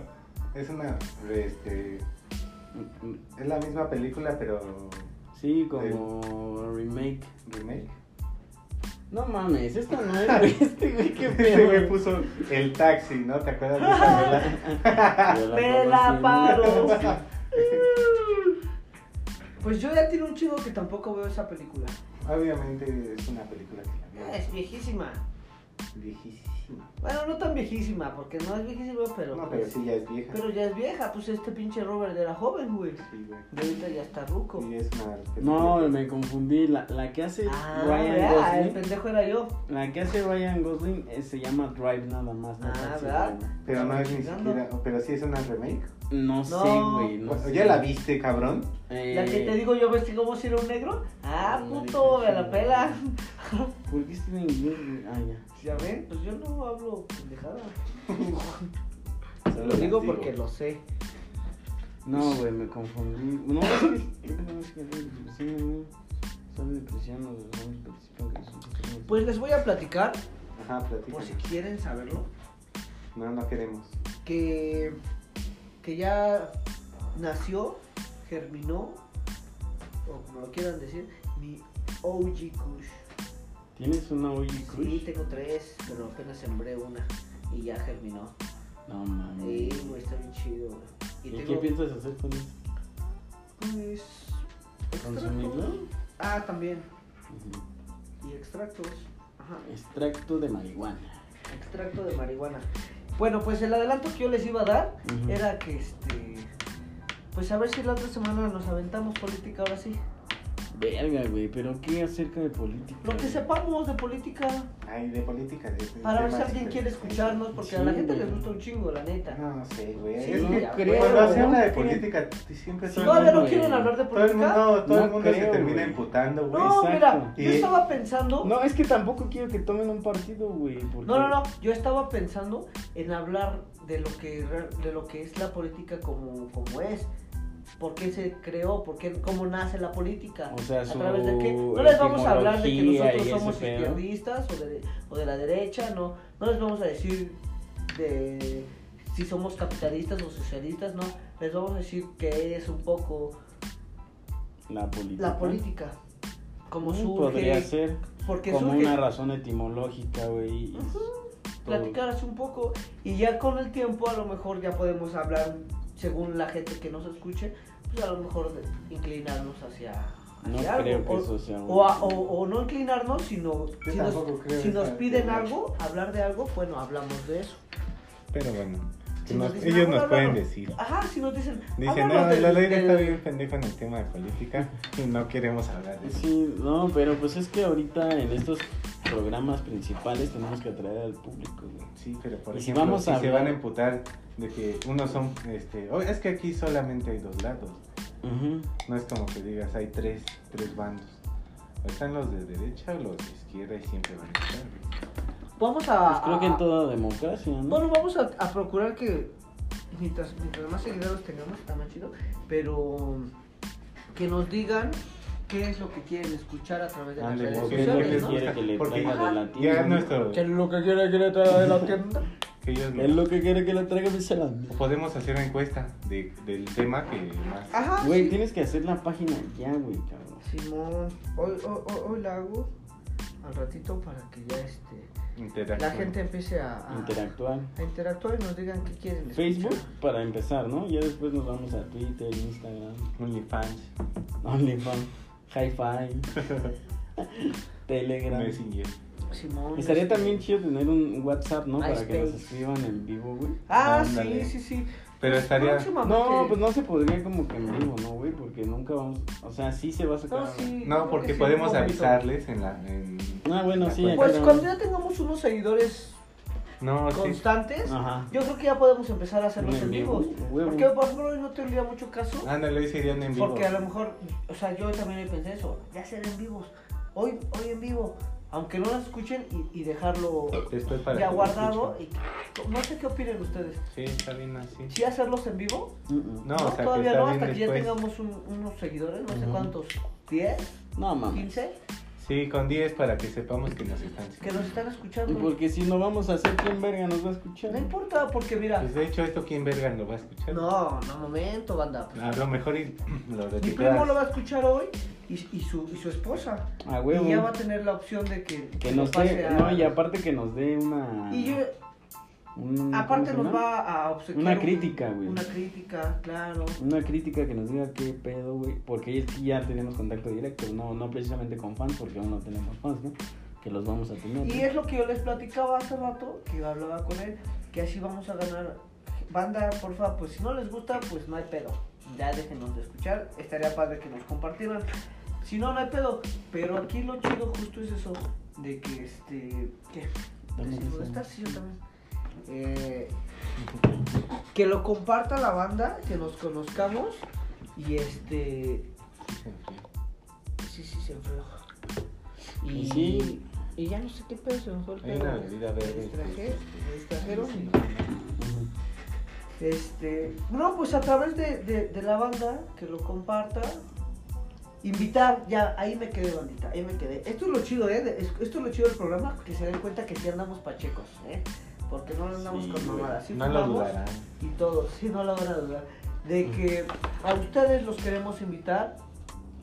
[SPEAKER 1] es una. Este, es la misma película, pero.
[SPEAKER 2] Sí, como remake.
[SPEAKER 1] Remake.
[SPEAKER 2] No mames, esta no es, güey. Este güey, qué
[SPEAKER 1] Este güey
[SPEAKER 2] pedo.
[SPEAKER 1] puso el taxi, ¿no? ¿Te acuerdas de esa novela?
[SPEAKER 2] Me la
[SPEAKER 3] paro. Pues yo ya tiene un chido que tampoco veo esa película.
[SPEAKER 1] Obviamente es una película que la
[SPEAKER 3] Ah,
[SPEAKER 1] vieron.
[SPEAKER 3] Es viejísima.
[SPEAKER 1] Viejísima.
[SPEAKER 3] Bueno, no tan viejísima, porque no es viejísima, pero. pues,
[SPEAKER 1] No, pero sí ya es vieja.
[SPEAKER 3] Pero ya es vieja, pues este pinche Robert era joven, güey.
[SPEAKER 1] Sí, güey.
[SPEAKER 3] De ahorita ya está ruco.
[SPEAKER 1] Y es una película.
[SPEAKER 2] No, me confundí. La, la que hace
[SPEAKER 3] Ah,
[SPEAKER 2] Ryan
[SPEAKER 3] vea, el
[SPEAKER 2] Gosling.
[SPEAKER 3] pendejo era yo.
[SPEAKER 2] La que hace Ryan Gosling eh, se llama Drive nada más. No,
[SPEAKER 3] Ah,
[SPEAKER 2] Taxi
[SPEAKER 3] ¿verdad?
[SPEAKER 2] Driver.
[SPEAKER 1] Pero no es ni
[SPEAKER 3] Chingando.
[SPEAKER 1] siquiera. Pero sí es una remake.
[SPEAKER 2] no sé,
[SPEAKER 3] No.
[SPEAKER 2] güey. No sé.
[SPEAKER 1] ¿Ya la viste, cabrón?
[SPEAKER 2] Eh,
[SPEAKER 3] La que te digo yo, ¿ves que cómo si era un negro? Ah,
[SPEAKER 2] Ay,
[SPEAKER 3] puto,
[SPEAKER 2] qué
[SPEAKER 3] me la pela.
[SPEAKER 2] ¿Por qué está en inglés? güey? Ah, ya.
[SPEAKER 3] ¿Ya ven? Pues yo no hablo pendejada.
[SPEAKER 1] Se
[SPEAKER 3] Lo digo porque lo sé.
[SPEAKER 2] No, güey, me confundí. No, es que. no, es que soy depresivo, güey. Soy depresivo, güey, soy depresivo, que soy depresivo.
[SPEAKER 3] Pues les voy a platicar,
[SPEAKER 1] Ajá, platica.
[SPEAKER 3] por si quieren saberlo,
[SPEAKER 1] No, no queremos.
[SPEAKER 3] que, que ya nació, germinó, o como lo quieran decir, mi OG Kush.
[SPEAKER 2] ¿Tienes una OG
[SPEAKER 3] Sí,
[SPEAKER 2] Crush?
[SPEAKER 3] tengo tres, pero apenas sembré una y ya germinó.
[SPEAKER 2] No, mames.
[SPEAKER 3] Sí, güey, está bien chido, güey.
[SPEAKER 2] Mm. ¿Y,
[SPEAKER 3] Y
[SPEAKER 2] qué
[SPEAKER 3] tengo,
[SPEAKER 2] piensas hacer con eso?
[SPEAKER 3] pues,
[SPEAKER 2] ¿Consumirlo?
[SPEAKER 3] extractos. Ah, también.
[SPEAKER 2] Ujú.
[SPEAKER 3] Y extractos. Ajá.
[SPEAKER 2] Extracto de marihuana.
[SPEAKER 3] Extracto de marihuana. Bueno, pues el adelanto que yo les iba a dar
[SPEAKER 2] Ujú.
[SPEAKER 3] era que este. Pues a ver si la otra semana nos aventamos política ahora sí.
[SPEAKER 2] Verga, güey, pero ¿qué acerca de política?
[SPEAKER 3] Lo que
[SPEAKER 2] güey?
[SPEAKER 3] sepamos de política.
[SPEAKER 1] Ay, de política. de- de
[SPEAKER 3] Para ver si
[SPEAKER 1] temas
[SPEAKER 3] alguien quiere
[SPEAKER 1] interesantes.
[SPEAKER 3] escucharnos, porque a la
[SPEAKER 2] Sí,
[SPEAKER 3] gente
[SPEAKER 2] güey.
[SPEAKER 3] les gusta un chingo, la neta.
[SPEAKER 1] No, no sé, güey.
[SPEAKER 3] Sí,
[SPEAKER 1] es
[SPEAKER 3] no
[SPEAKER 1] que
[SPEAKER 2] creo,
[SPEAKER 1] cuando se
[SPEAKER 2] ¿no?
[SPEAKER 1] habla de
[SPEAKER 2] Creo.
[SPEAKER 1] política, siempre
[SPEAKER 2] Sí,
[SPEAKER 1] todo, el
[SPEAKER 3] Todavía
[SPEAKER 1] mundo,
[SPEAKER 3] no
[SPEAKER 2] güey.
[SPEAKER 3] quieren hablar de
[SPEAKER 1] todo el
[SPEAKER 3] política.
[SPEAKER 1] mundo, todo el
[SPEAKER 2] No
[SPEAKER 1] mundo se
[SPEAKER 2] creo,
[SPEAKER 1] termina
[SPEAKER 2] güey.
[SPEAKER 1] emputando, güey.
[SPEAKER 3] No, mira,
[SPEAKER 2] Exacto.
[SPEAKER 3] yo
[SPEAKER 1] Y-
[SPEAKER 3] estaba pensando.
[SPEAKER 2] No, es que tampoco quiero que tomen un partido, güey. porque-
[SPEAKER 3] No, no, no. Yo estaba pensando en hablar de lo que re- de lo que es la política como, como es. ¿Por qué se creó? ¿Por qué, ¿Cómo nace la política?
[SPEAKER 2] O sea,
[SPEAKER 3] ¿A
[SPEAKER 2] su
[SPEAKER 3] través de qué? No les vamos a hablar de que
[SPEAKER 2] etimología
[SPEAKER 3] nosotros
[SPEAKER 2] y ese
[SPEAKER 3] somos
[SPEAKER 2] pedo.
[SPEAKER 3] izquierdistas o de, o de la derecha, no. No les vamos a decir de si somos capitalistas o socialistas, no. Les vamos a decir que es un poco
[SPEAKER 2] La política.
[SPEAKER 3] la política. Como
[SPEAKER 2] Mm, Podría
[SPEAKER 3] surge,
[SPEAKER 2] ser
[SPEAKER 3] porque
[SPEAKER 2] como
[SPEAKER 3] surge.
[SPEAKER 2] una razón etimológica, güey. y-
[SPEAKER 3] Ujú.
[SPEAKER 2] todo.
[SPEAKER 3] platicarás un poco y ya con el tiempo a lo mejor ya podemos hablar según la gente que nos escuche, pues a lo mejor de- inclinarnos hacia
[SPEAKER 2] No
[SPEAKER 3] hacer algo,
[SPEAKER 2] creo que
[SPEAKER 3] o-
[SPEAKER 2] eso sea
[SPEAKER 3] O,
[SPEAKER 2] bueno.
[SPEAKER 3] a- o, o no inclinarnos, sino
[SPEAKER 1] Yo
[SPEAKER 3] si nos,
[SPEAKER 1] tampoco creo
[SPEAKER 3] si
[SPEAKER 1] en
[SPEAKER 3] nos
[SPEAKER 1] esa
[SPEAKER 3] piden
[SPEAKER 1] teoría.
[SPEAKER 3] algo, hablar de algo, bueno, hablamos de eso.
[SPEAKER 1] Pero bueno,
[SPEAKER 3] Si
[SPEAKER 1] nos-
[SPEAKER 3] nos dicen,
[SPEAKER 1] ellos
[SPEAKER 3] "Ah,
[SPEAKER 1] nos
[SPEAKER 3] bueno,
[SPEAKER 1] pueden
[SPEAKER 3] bueno".
[SPEAKER 1] decir.
[SPEAKER 3] Ajá, si nos dicen.
[SPEAKER 1] Dicen,
[SPEAKER 3] "Háblanos
[SPEAKER 1] no,
[SPEAKER 3] del-
[SPEAKER 1] la ley
[SPEAKER 3] del-
[SPEAKER 1] está bien pendejo en el tema de política y no queremos hablar de eso.
[SPEAKER 2] Sí, no, pero pues es que ahorita en estos programas principales tenemos que atraer al público, güey.
[SPEAKER 1] Sí, pero por
[SPEAKER 2] Y si
[SPEAKER 1] ejemplo, si,
[SPEAKER 2] vamos a
[SPEAKER 1] se
[SPEAKER 2] hablar-
[SPEAKER 1] van a emputar de que unos son, este, oh, es que aquí solamente hay dos lados.
[SPEAKER 2] Ujú.
[SPEAKER 1] No es como que digas, hay tres, tres bandos. O están los de derecha o los de izquierda y siempre van a estar. güey.
[SPEAKER 3] Vamos a.
[SPEAKER 2] Pues creo que en toda democracia, ¿no?
[SPEAKER 3] Bueno, vamos a, a procurar que mientras, mientras más seguidores tengamos, está más chido, pero que nos digan qué es lo que quieren escuchar a través de las
[SPEAKER 1] Ándale,
[SPEAKER 3] redes
[SPEAKER 1] porque
[SPEAKER 2] ¿Qué es lo
[SPEAKER 3] sociales,
[SPEAKER 2] que
[SPEAKER 3] ¿no?
[SPEAKER 2] quiere que le
[SPEAKER 1] Porque
[SPEAKER 2] traiga de la tienda?
[SPEAKER 1] Ya es nuestro,
[SPEAKER 3] ¿Qué es lo que quiere que le traiga de la tienda?
[SPEAKER 1] que ellos
[SPEAKER 2] ¿Qué es lo que quiere que le traiga de Zelanda?
[SPEAKER 1] O podemos hacer una encuesta de- del tema que más...
[SPEAKER 3] Ajá.
[SPEAKER 2] Güey,
[SPEAKER 3] Ah, sí.
[SPEAKER 2] tienes que hacer la página ya, güey, cabrón.
[SPEAKER 3] Simón, hoy, hoy, hoy- hoy la hago al ratito para que ya este, la
[SPEAKER 1] interactúa.
[SPEAKER 3] gente empiece a, a-
[SPEAKER 2] Interactuar.
[SPEAKER 3] a interactuar y nos digan qué quieren.
[SPEAKER 2] Facebook
[SPEAKER 3] escuchar.
[SPEAKER 2] para empezar, ¿no? Ya después nos vamos a Twitter, Instagram,
[SPEAKER 1] OnlyFans,
[SPEAKER 2] OnlyFans, Hi-Fi, Telegram.
[SPEAKER 1] Messenger.
[SPEAKER 3] Simón.
[SPEAKER 2] Estaría
[SPEAKER 3] este-
[SPEAKER 2] también chido tener un WhatsApp, ¿no? Para que nos
[SPEAKER 3] MySpace.
[SPEAKER 2] escriban en vivo, güey.
[SPEAKER 3] Ah,
[SPEAKER 1] Ándale.
[SPEAKER 3] sí, sí, sí.
[SPEAKER 1] Pero estaría...
[SPEAKER 3] Próximamente.
[SPEAKER 2] No, pues no se podría como que en vivo, ¿no, güey? Porque nunca vamos... O sea, sí se va a sacar...
[SPEAKER 3] No, sí, creo
[SPEAKER 1] No,
[SPEAKER 3] que
[SPEAKER 1] porque
[SPEAKER 3] sí,
[SPEAKER 1] podemos
[SPEAKER 3] un momento.
[SPEAKER 1] avisarles en la... en-
[SPEAKER 2] Ah, bueno, sí.
[SPEAKER 1] Pues
[SPEAKER 2] acá
[SPEAKER 3] Pues
[SPEAKER 2] grabamos.
[SPEAKER 3] cuando ya tengamos unos seguidores
[SPEAKER 1] No, Ah, sí.
[SPEAKER 3] constantes,
[SPEAKER 2] Ajá.
[SPEAKER 3] yo creo que ya podemos empezar a hacerlos
[SPEAKER 2] En
[SPEAKER 3] en
[SPEAKER 2] vivo,
[SPEAKER 3] vivos.
[SPEAKER 2] huevo.
[SPEAKER 3] Porque por ejemplo hoy no tendría mucho caso,
[SPEAKER 1] Ándale, hoy serían Ah, en vivo.
[SPEAKER 3] porque a lo mejor, o sea, yo también pensé eso, ya hacer en vivos, hoy, hoy en vivo, aunque no las escuchen y, y dejarlo
[SPEAKER 1] Después para
[SPEAKER 3] ya
[SPEAKER 1] que lo
[SPEAKER 3] guardado.
[SPEAKER 1] escuchen.
[SPEAKER 3] Y, que- no sé qué opinen ustedes.
[SPEAKER 1] Sí, está bien así.
[SPEAKER 3] ¿Sí hacerlos en vivo?
[SPEAKER 2] Mm, mm.
[SPEAKER 1] No, o sea, que
[SPEAKER 3] todavía
[SPEAKER 1] está
[SPEAKER 3] no,
[SPEAKER 1] bien
[SPEAKER 3] hasta que ya
[SPEAKER 1] después.
[SPEAKER 3] tengamos un- unos seguidores, no sé
[SPEAKER 2] Ujú.
[SPEAKER 3] cuántos, 10,
[SPEAKER 2] No, mames.
[SPEAKER 3] 15,
[SPEAKER 1] Sí, con 10 para que sepamos que nos están
[SPEAKER 3] que
[SPEAKER 1] siguiendo.
[SPEAKER 3] nos están escuchando.
[SPEAKER 2] Porque si no vamos a hacer, ¿quién verga nos va a escuchar?
[SPEAKER 3] No importa, porque mira,
[SPEAKER 1] Pues de hecho, esto quién verga lo va a escuchar.
[SPEAKER 3] No, no, momento, banda.
[SPEAKER 1] A lo mejor y lo
[SPEAKER 3] Mi primo lo
[SPEAKER 1] retiras.
[SPEAKER 3] va a escuchar hoy y, y su, y su esposa.
[SPEAKER 2] A
[SPEAKER 3] Y ya va
[SPEAKER 2] huevo.
[SPEAKER 3] a tener la opción de que,
[SPEAKER 2] Que
[SPEAKER 3] lo
[SPEAKER 2] nos
[SPEAKER 3] pase
[SPEAKER 2] dé...
[SPEAKER 3] a-
[SPEAKER 2] No, y aparte que nos dé una...
[SPEAKER 3] Y yo,
[SPEAKER 2] un-
[SPEAKER 3] aparte
[SPEAKER 2] ¿cómo se
[SPEAKER 3] nos
[SPEAKER 2] llama?
[SPEAKER 3] va a obsequiar.
[SPEAKER 2] Una
[SPEAKER 3] un-
[SPEAKER 2] crítica, güey.
[SPEAKER 3] Una crítica, claro.
[SPEAKER 2] Una crítica que nos diga qué pedo, güey. Porque es que ya tenemos contacto directo. No, no precisamente con fans, porque aún no tenemos fans, ¿no? Que los vamos a tener.
[SPEAKER 3] Y
[SPEAKER 2] ¿no?
[SPEAKER 3] es lo que yo les platicaba hace rato, que hablaba con él, que así vamos a ganar. Banda, porfa, pues si no les gusta, pues no hay pedo. Ya déjenos de escuchar, estaría padre que nos compartieran. Si no, no hay pedo. Pero aquí lo chido justo es eso, de que este... ¿Qué?
[SPEAKER 2] Dame
[SPEAKER 3] ¿Sí
[SPEAKER 2] eso.
[SPEAKER 3] puedo estar? Sí, yo también. Eh, que lo comparta la banda, que nos conozcamos y este... Sí, sí, se enfrió.
[SPEAKER 2] Y sí.
[SPEAKER 3] y ya no sé qué pedo se me fue el
[SPEAKER 1] Hay
[SPEAKER 3] pedo.
[SPEAKER 1] una bebida
[SPEAKER 3] Me
[SPEAKER 1] verde.
[SPEAKER 3] distraje- me distrajeron y-
[SPEAKER 2] Ujú.
[SPEAKER 3] Este, no, pues a través de, de- de la banda, que lo comparta. Invitar, ya, ahí me quedé, bandita, ahí me quedé. Esto es lo chido, ¿eh? de- es- Esto es lo chido del programa, que se den cuenta que sí andamos pachecos, ¿eh? Porque no andamos
[SPEAKER 2] Sí,
[SPEAKER 3] con
[SPEAKER 2] güey.
[SPEAKER 3] mamadas. sí
[SPEAKER 1] No lo
[SPEAKER 3] fumamos
[SPEAKER 1] dudarán.
[SPEAKER 3] Y todo, sí, no lo van a dudar. De que a ustedes los queremos invitar,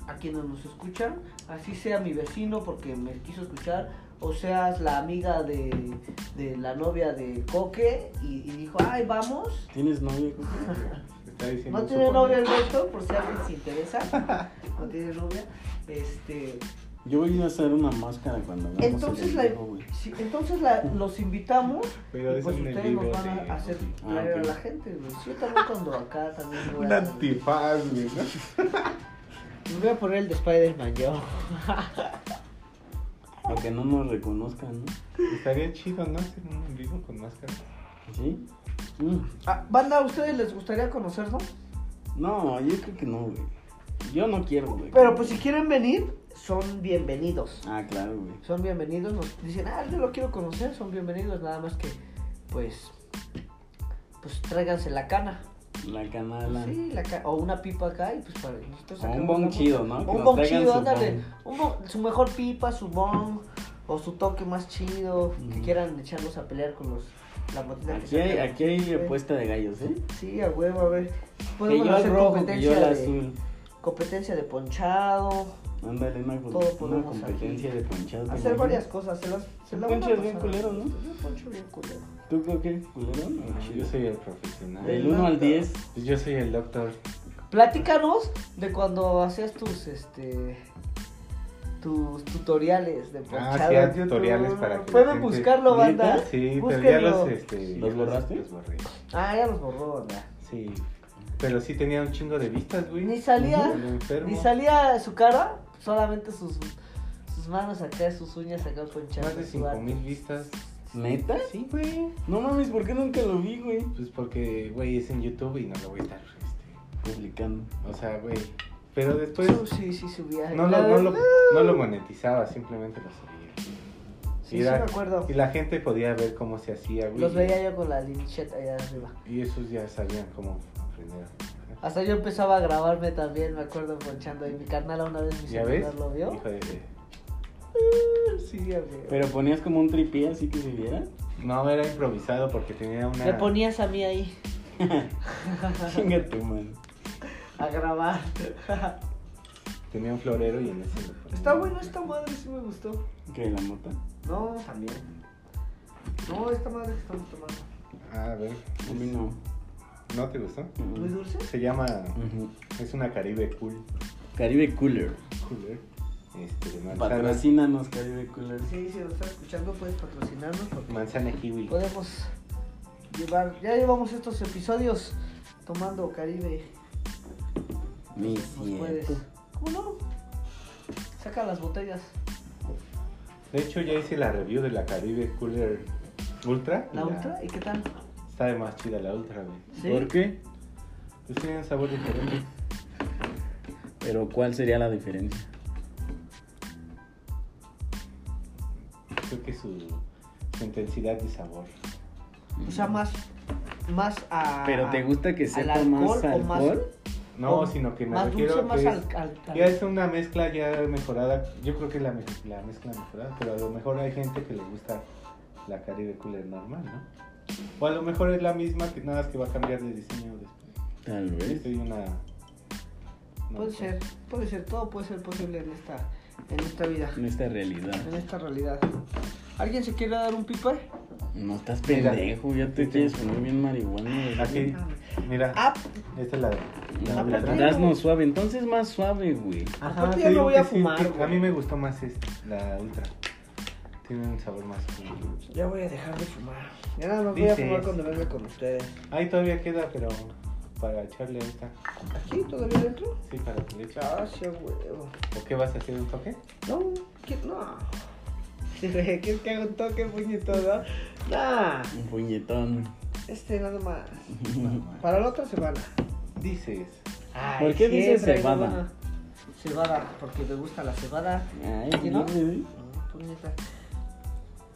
[SPEAKER 3] a quienes nos escuchan, así sea mi vecino porque me quiso escuchar, o seas la amiga de, de la novia de Coque y, y dijo, ay, vamos.
[SPEAKER 2] ¿Tienes novio? güey?
[SPEAKER 1] Está diciendo
[SPEAKER 3] No
[SPEAKER 1] un
[SPEAKER 3] tiene novia
[SPEAKER 1] suponer.
[SPEAKER 3] el resto, por si alguien se interesa. No tiene novia. Este,
[SPEAKER 2] Yo voy a hacer una máscara cuando hagamos
[SPEAKER 3] entonces
[SPEAKER 2] el
[SPEAKER 3] la,
[SPEAKER 2] en vivo, güey.
[SPEAKER 3] sí, entonces la, los invitamos
[SPEAKER 1] Pero
[SPEAKER 3] y
[SPEAKER 1] es
[SPEAKER 3] pues
[SPEAKER 1] en el
[SPEAKER 3] ustedes nos
[SPEAKER 1] vivo
[SPEAKER 3] van
[SPEAKER 1] de-
[SPEAKER 3] a hacer
[SPEAKER 2] Ah,
[SPEAKER 3] traer
[SPEAKER 2] ok.
[SPEAKER 3] a la gente. güey. Yo también cuando acá también voy
[SPEAKER 1] Un
[SPEAKER 3] a,
[SPEAKER 1] antifaz, güey, ¿no?
[SPEAKER 3] me voy a poner el de Spider-Man yo.
[SPEAKER 2] Aunque no nos reconozcan, ¿no?
[SPEAKER 1] Estaría chido, ¿no? Hacer un en vivo con máscara.
[SPEAKER 2] ¿Sí? Mm.
[SPEAKER 3] Ah, banda, ¿a ustedes les gustaría conocernos?
[SPEAKER 2] No, yo creo que no, güey. Yo no quiero, güey.
[SPEAKER 3] Pero pues si quieren venir, son bienvenidos.
[SPEAKER 2] Ah, claro, güey.
[SPEAKER 3] Son bienvenidos, nos dicen, ah, yo lo quiero conocer, son bienvenidos, nada más que, pues, pues tráiganse la cana.
[SPEAKER 2] La canala.
[SPEAKER 3] Sí, la ca- o una pipa acá y pues para nosotros
[SPEAKER 2] O un
[SPEAKER 3] sacamos
[SPEAKER 2] bong
[SPEAKER 3] la-
[SPEAKER 2] chido, ¿no? Que
[SPEAKER 3] Un
[SPEAKER 2] nos
[SPEAKER 3] bong
[SPEAKER 2] traigan
[SPEAKER 3] chido,
[SPEAKER 2] su
[SPEAKER 3] ándale.
[SPEAKER 2] bong.
[SPEAKER 3] Un bong- su mejor pipa, su bong o su toque más chido, que
[SPEAKER 2] Ujú.
[SPEAKER 3] quieran echarnos a pelear con los la motina que
[SPEAKER 2] Aquí hay,
[SPEAKER 3] sacan.
[SPEAKER 2] aquí hay
[SPEAKER 3] Sí.
[SPEAKER 2] apuesta de gallos, ¿eh?
[SPEAKER 3] Sí, a huevo, a ver.
[SPEAKER 2] Que
[SPEAKER 3] Podemos
[SPEAKER 2] yo el
[SPEAKER 3] hacer
[SPEAKER 2] rojo, que yo
[SPEAKER 3] competencia
[SPEAKER 2] el
[SPEAKER 3] de
[SPEAKER 2] azul.
[SPEAKER 3] competencia de ponchado,
[SPEAKER 2] Ándale, una, co-
[SPEAKER 3] Todo
[SPEAKER 2] una
[SPEAKER 3] podemos
[SPEAKER 2] competencia de ponchados. ¿te
[SPEAKER 3] hacer
[SPEAKER 2] imaginas?
[SPEAKER 3] varias cosas, se las se
[SPEAKER 2] El
[SPEAKER 3] la van a
[SPEAKER 2] poncho es bien
[SPEAKER 3] pasar.
[SPEAKER 2] culero, ¿no?
[SPEAKER 3] Yo poncho bien culero.
[SPEAKER 2] ¿Tú creo que culero? o
[SPEAKER 1] No,
[SPEAKER 2] chido?
[SPEAKER 1] Pues Yo soy el profesional.
[SPEAKER 2] Del 1 al 10.
[SPEAKER 1] Yo soy el doctor.
[SPEAKER 3] Platícanos de cuando hacías tus, este, tus tutoriales de
[SPEAKER 1] Ah,
[SPEAKER 3] ponchado.
[SPEAKER 1] hacía
[SPEAKER 3] en YouTube.
[SPEAKER 1] tutoriales para que. la
[SPEAKER 3] Pueden
[SPEAKER 1] gente-
[SPEAKER 3] buscarlo, banda.
[SPEAKER 2] ¿Neta?
[SPEAKER 1] Sí, pero ya
[SPEAKER 3] Búsquenlo.
[SPEAKER 1] los. Este,
[SPEAKER 2] ¿Los
[SPEAKER 1] ya
[SPEAKER 2] borraste?
[SPEAKER 1] Los borré.
[SPEAKER 3] Ah, ya los borró, banda.
[SPEAKER 1] Sí. Pero sí tenía un chingo de vistas, güey.
[SPEAKER 3] Ni salía,
[SPEAKER 1] Ujú, enfermo.
[SPEAKER 3] Ni salía su cara, solamente sus, sus manos acá, sus uñas acá ponchadas.
[SPEAKER 1] Más de
[SPEAKER 3] su
[SPEAKER 1] 5000
[SPEAKER 3] arte.
[SPEAKER 1] vistas.
[SPEAKER 2] ¿Neta?
[SPEAKER 1] Sí, güey.
[SPEAKER 2] No mames, ¿por qué nunca lo vi, güey?
[SPEAKER 1] Pues porque, güey, es en YouTube y no lo voy a estar. Este,
[SPEAKER 2] Publicando.
[SPEAKER 1] o sea, güey. Pero después.
[SPEAKER 3] Su- sí, sí, subía.
[SPEAKER 1] No
[SPEAKER 3] La-
[SPEAKER 1] lo, no, lo, no lo monetizaba, simplemente lo subía.
[SPEAKER 3] Sí,
[SPEAKER 1] y
[SPEAKER 3] sí,
[SPEAKER 1] era-
[SPEAKER 3] me acuerdo.
[SPEAKER 1] Y la gente podía ver cómo se hacía, güey.
[SPEAKER 3] Los veía yo con la lincheta allá arriba.
[SPEAKER 1] Y esos ya sabían cómo aprender.
[SPEAKER 3] Hasta yo empezaba a grabarme también, me acuerdo, ponchando. Y mi carnala una vez mi
[SPEAKER 1] ¿Ya ves?
[SPEAKER 3] celular lo vio. Ah,
[SPEAKER 1] Hijo de-
[SPEAKER 3] Sí, amigo.
[SPEAKER 2] Pero ponías como un tripié así que se viera.
[SPEAKER 1] No, era improvisado porque tenía una...
[SPEAKER 3] Me ponías a mí ahí
[SPEAKER 2] Chinga tu madre.
[SPEAKER 3] a grabar.
[SPEAKER 1] Tenía un florero y en ese... lo ponía.
[SPEAKER 3] Está bueno esta madre, sí me gustó.
[SPEAKER 2] ¿Qué, la mota?
[SPEAKER 3] No, también. No, esta madre que estamos tomando.
[SPEAKER 1] Ah, a ver.
[SPEAKER 2] A mí no.
[SPEAKER 1] ¿No te gustó?
[SPEAKER 3] ¿Muy dulce?
[SPEAKER 1] Se llama...
[SPEAKER 2] Ujú.
[SPEAKER 1] Es una Caribe Cool.
[SPEAKER 2] Caribe Cooler.
[SPEAKER 1] Cooler. Este, de manzana...
[SPEAKER 2] Patrocínanos, Caribe Cooler.
[SPEAKER 3] Sí, si nos estás escuchando, puedes patrocinarnos porque
[SPEAKER 1] Manzana kiwi.
[SPEAKER 3] podemos llevar. Ya llevamos estos episodios tomando Caribe.
[SPEAKER 2] Ni
[SPEAKER 3] Nos Pues puedes.
[SPEAKER 2] cierto.
[SPEAKER 3] ¿Cómo no? Saca las botellas.
[SPEAKER 1] De hecho, ya hice la review de la Caribe Cooler Ultra. y
[SPEAKER 3] ¿La ultra? ¿Y qué tal?
[SPEAKER 1] Sabe más chida la Ultra, güey.
[SPEAKER 3] Sí.
[SPEAKER 2] ¿Por qué?
[SPEAKER 1] Pues tiene un sabor diferente.
[SPEAKER 2] Pero ¿cuál sería la diferencia?
[SPEAKER 1] Creo que su, su intensidad de sabor.
[SPEAKER 3] O sea, más. Más a.
[SPEAKER 2] ¿Pero te gusta que
[SPEAKER 3] al
[SPEAKER 2] sepa
[SPEAKER 3] alcohol
[SPEAKER 2] más
[SPEAKER 3] o más-
[SPEAKER 2] alcohol?
[SPEAKER 1] No,
[SPEAKER 3] O
[SPEAKER 1] sino que me
[SPEAKER 3] Oh, más
[SPEAKER 1] refiero
[SPEAKER 3] dulce,
[SPEAKER 1] a que
[SPEAKER 3] más
[SPEAKER 1] es-
[SPEAKER 3] al, al- al-
[SPEAKER 1] ya es una mezcla ya mejorada. Yo creo que es la, me- la mezcla mejorada, pero a lo mejor hay gente que le gusta la Caribe Cooler normal, ¿no? O a lo mejor es la misma, que nada más que va a cambiar de diseño después.
[SPEAKER 2] Tal vez.
[SPEAKER 1] Estoy una... una
[SPEAKER 3] Puede
[SPEAKER 1] cosa.
[SPEAKER 3] ser, puede ser, todo puede ser posible en esta, en esta vida,
[SPEAKER 2] En esta realidad.
[SPEAKER 3] en esta realidad. ¿Alguien se quiere dar un pipa?
[SPEAKER 2] No estás
[SPEAKER 1] Mira.
[SPEAKER 2] pendejo, ya te
[SPEAKER 1] Sí,
[SPEAKER 2] quieres
[SPEAKER 1] sí.
[SPEAKER 2] poner bien marihuana.
[SPEAKER 1] Aquí, mira,
[SPEAKER 3] Ah,
[SPEAKER 1] esta es la... la
[SPEAKER 2] No,
[SPEAKER 3] Ah,
[SPEAKER 2] pero
[SPEAKER 1] blanca.
[SPEAKER 3] pero-
[SPEAKER 2] Dasnos suave, entonces más suave, güey.
[SPEAKER 3] Aparte ya
[SPEAKER 1] te
[SPEAKER 3] no
[SPEAKER 1] digo
[SPEAKER 3] voy
[SPEAKER 1] que
[SPEAKER 3] a
[SPEAKER 1] sí,
[SPEAKER 3] fumar,
[SPEAKER 1] sí, a
[SPEAKER 3] güey.
[SPEAKER 1] mí me gustó más esta, la Ultra. Tiene un sabor más...
[SPEAKER 3] ya voy a dejar de fumar. Ya nada más
[SPEAKER 1] Dices.
[SPEAKER 3] voy a fumar cuando venga con ustedes.
[SPEAKER 1] Ahí todavía queda, pero para echarle esta.
[SPEAKER 3] ¿Aquí todavía dentro?
[SPEAKER 1] Sí, para que le eche.
[SPEAKER 3] Gracias, huevo.
[SPEAKER 1] ¿O qué vas a hacer un toque?
[SPEAKER 3] No, ¿qué? No. ¿Quieres que haga un toque, puñito, no? Nah,
[SPEAKER 2] Un puñetón.
[SPEAKER 3] este nada más. Para la otra semana.
[SPEAKER 1] Dices.
[SPEAKER 3] Ay,
[SPEAKER 2] ¿Por qué dices
[SPEAKER 3] siempre,
[SPEAKER 2] cebada?
[SPEAKER 3] no, no. Cebada, porque me gusta la cebada.
[SPEAKER 2] Ay,
[SPEAKER 3] ¿Sí, no?
[SPEAKER 2] güey.
[SPEAKER 3] No, puñeta.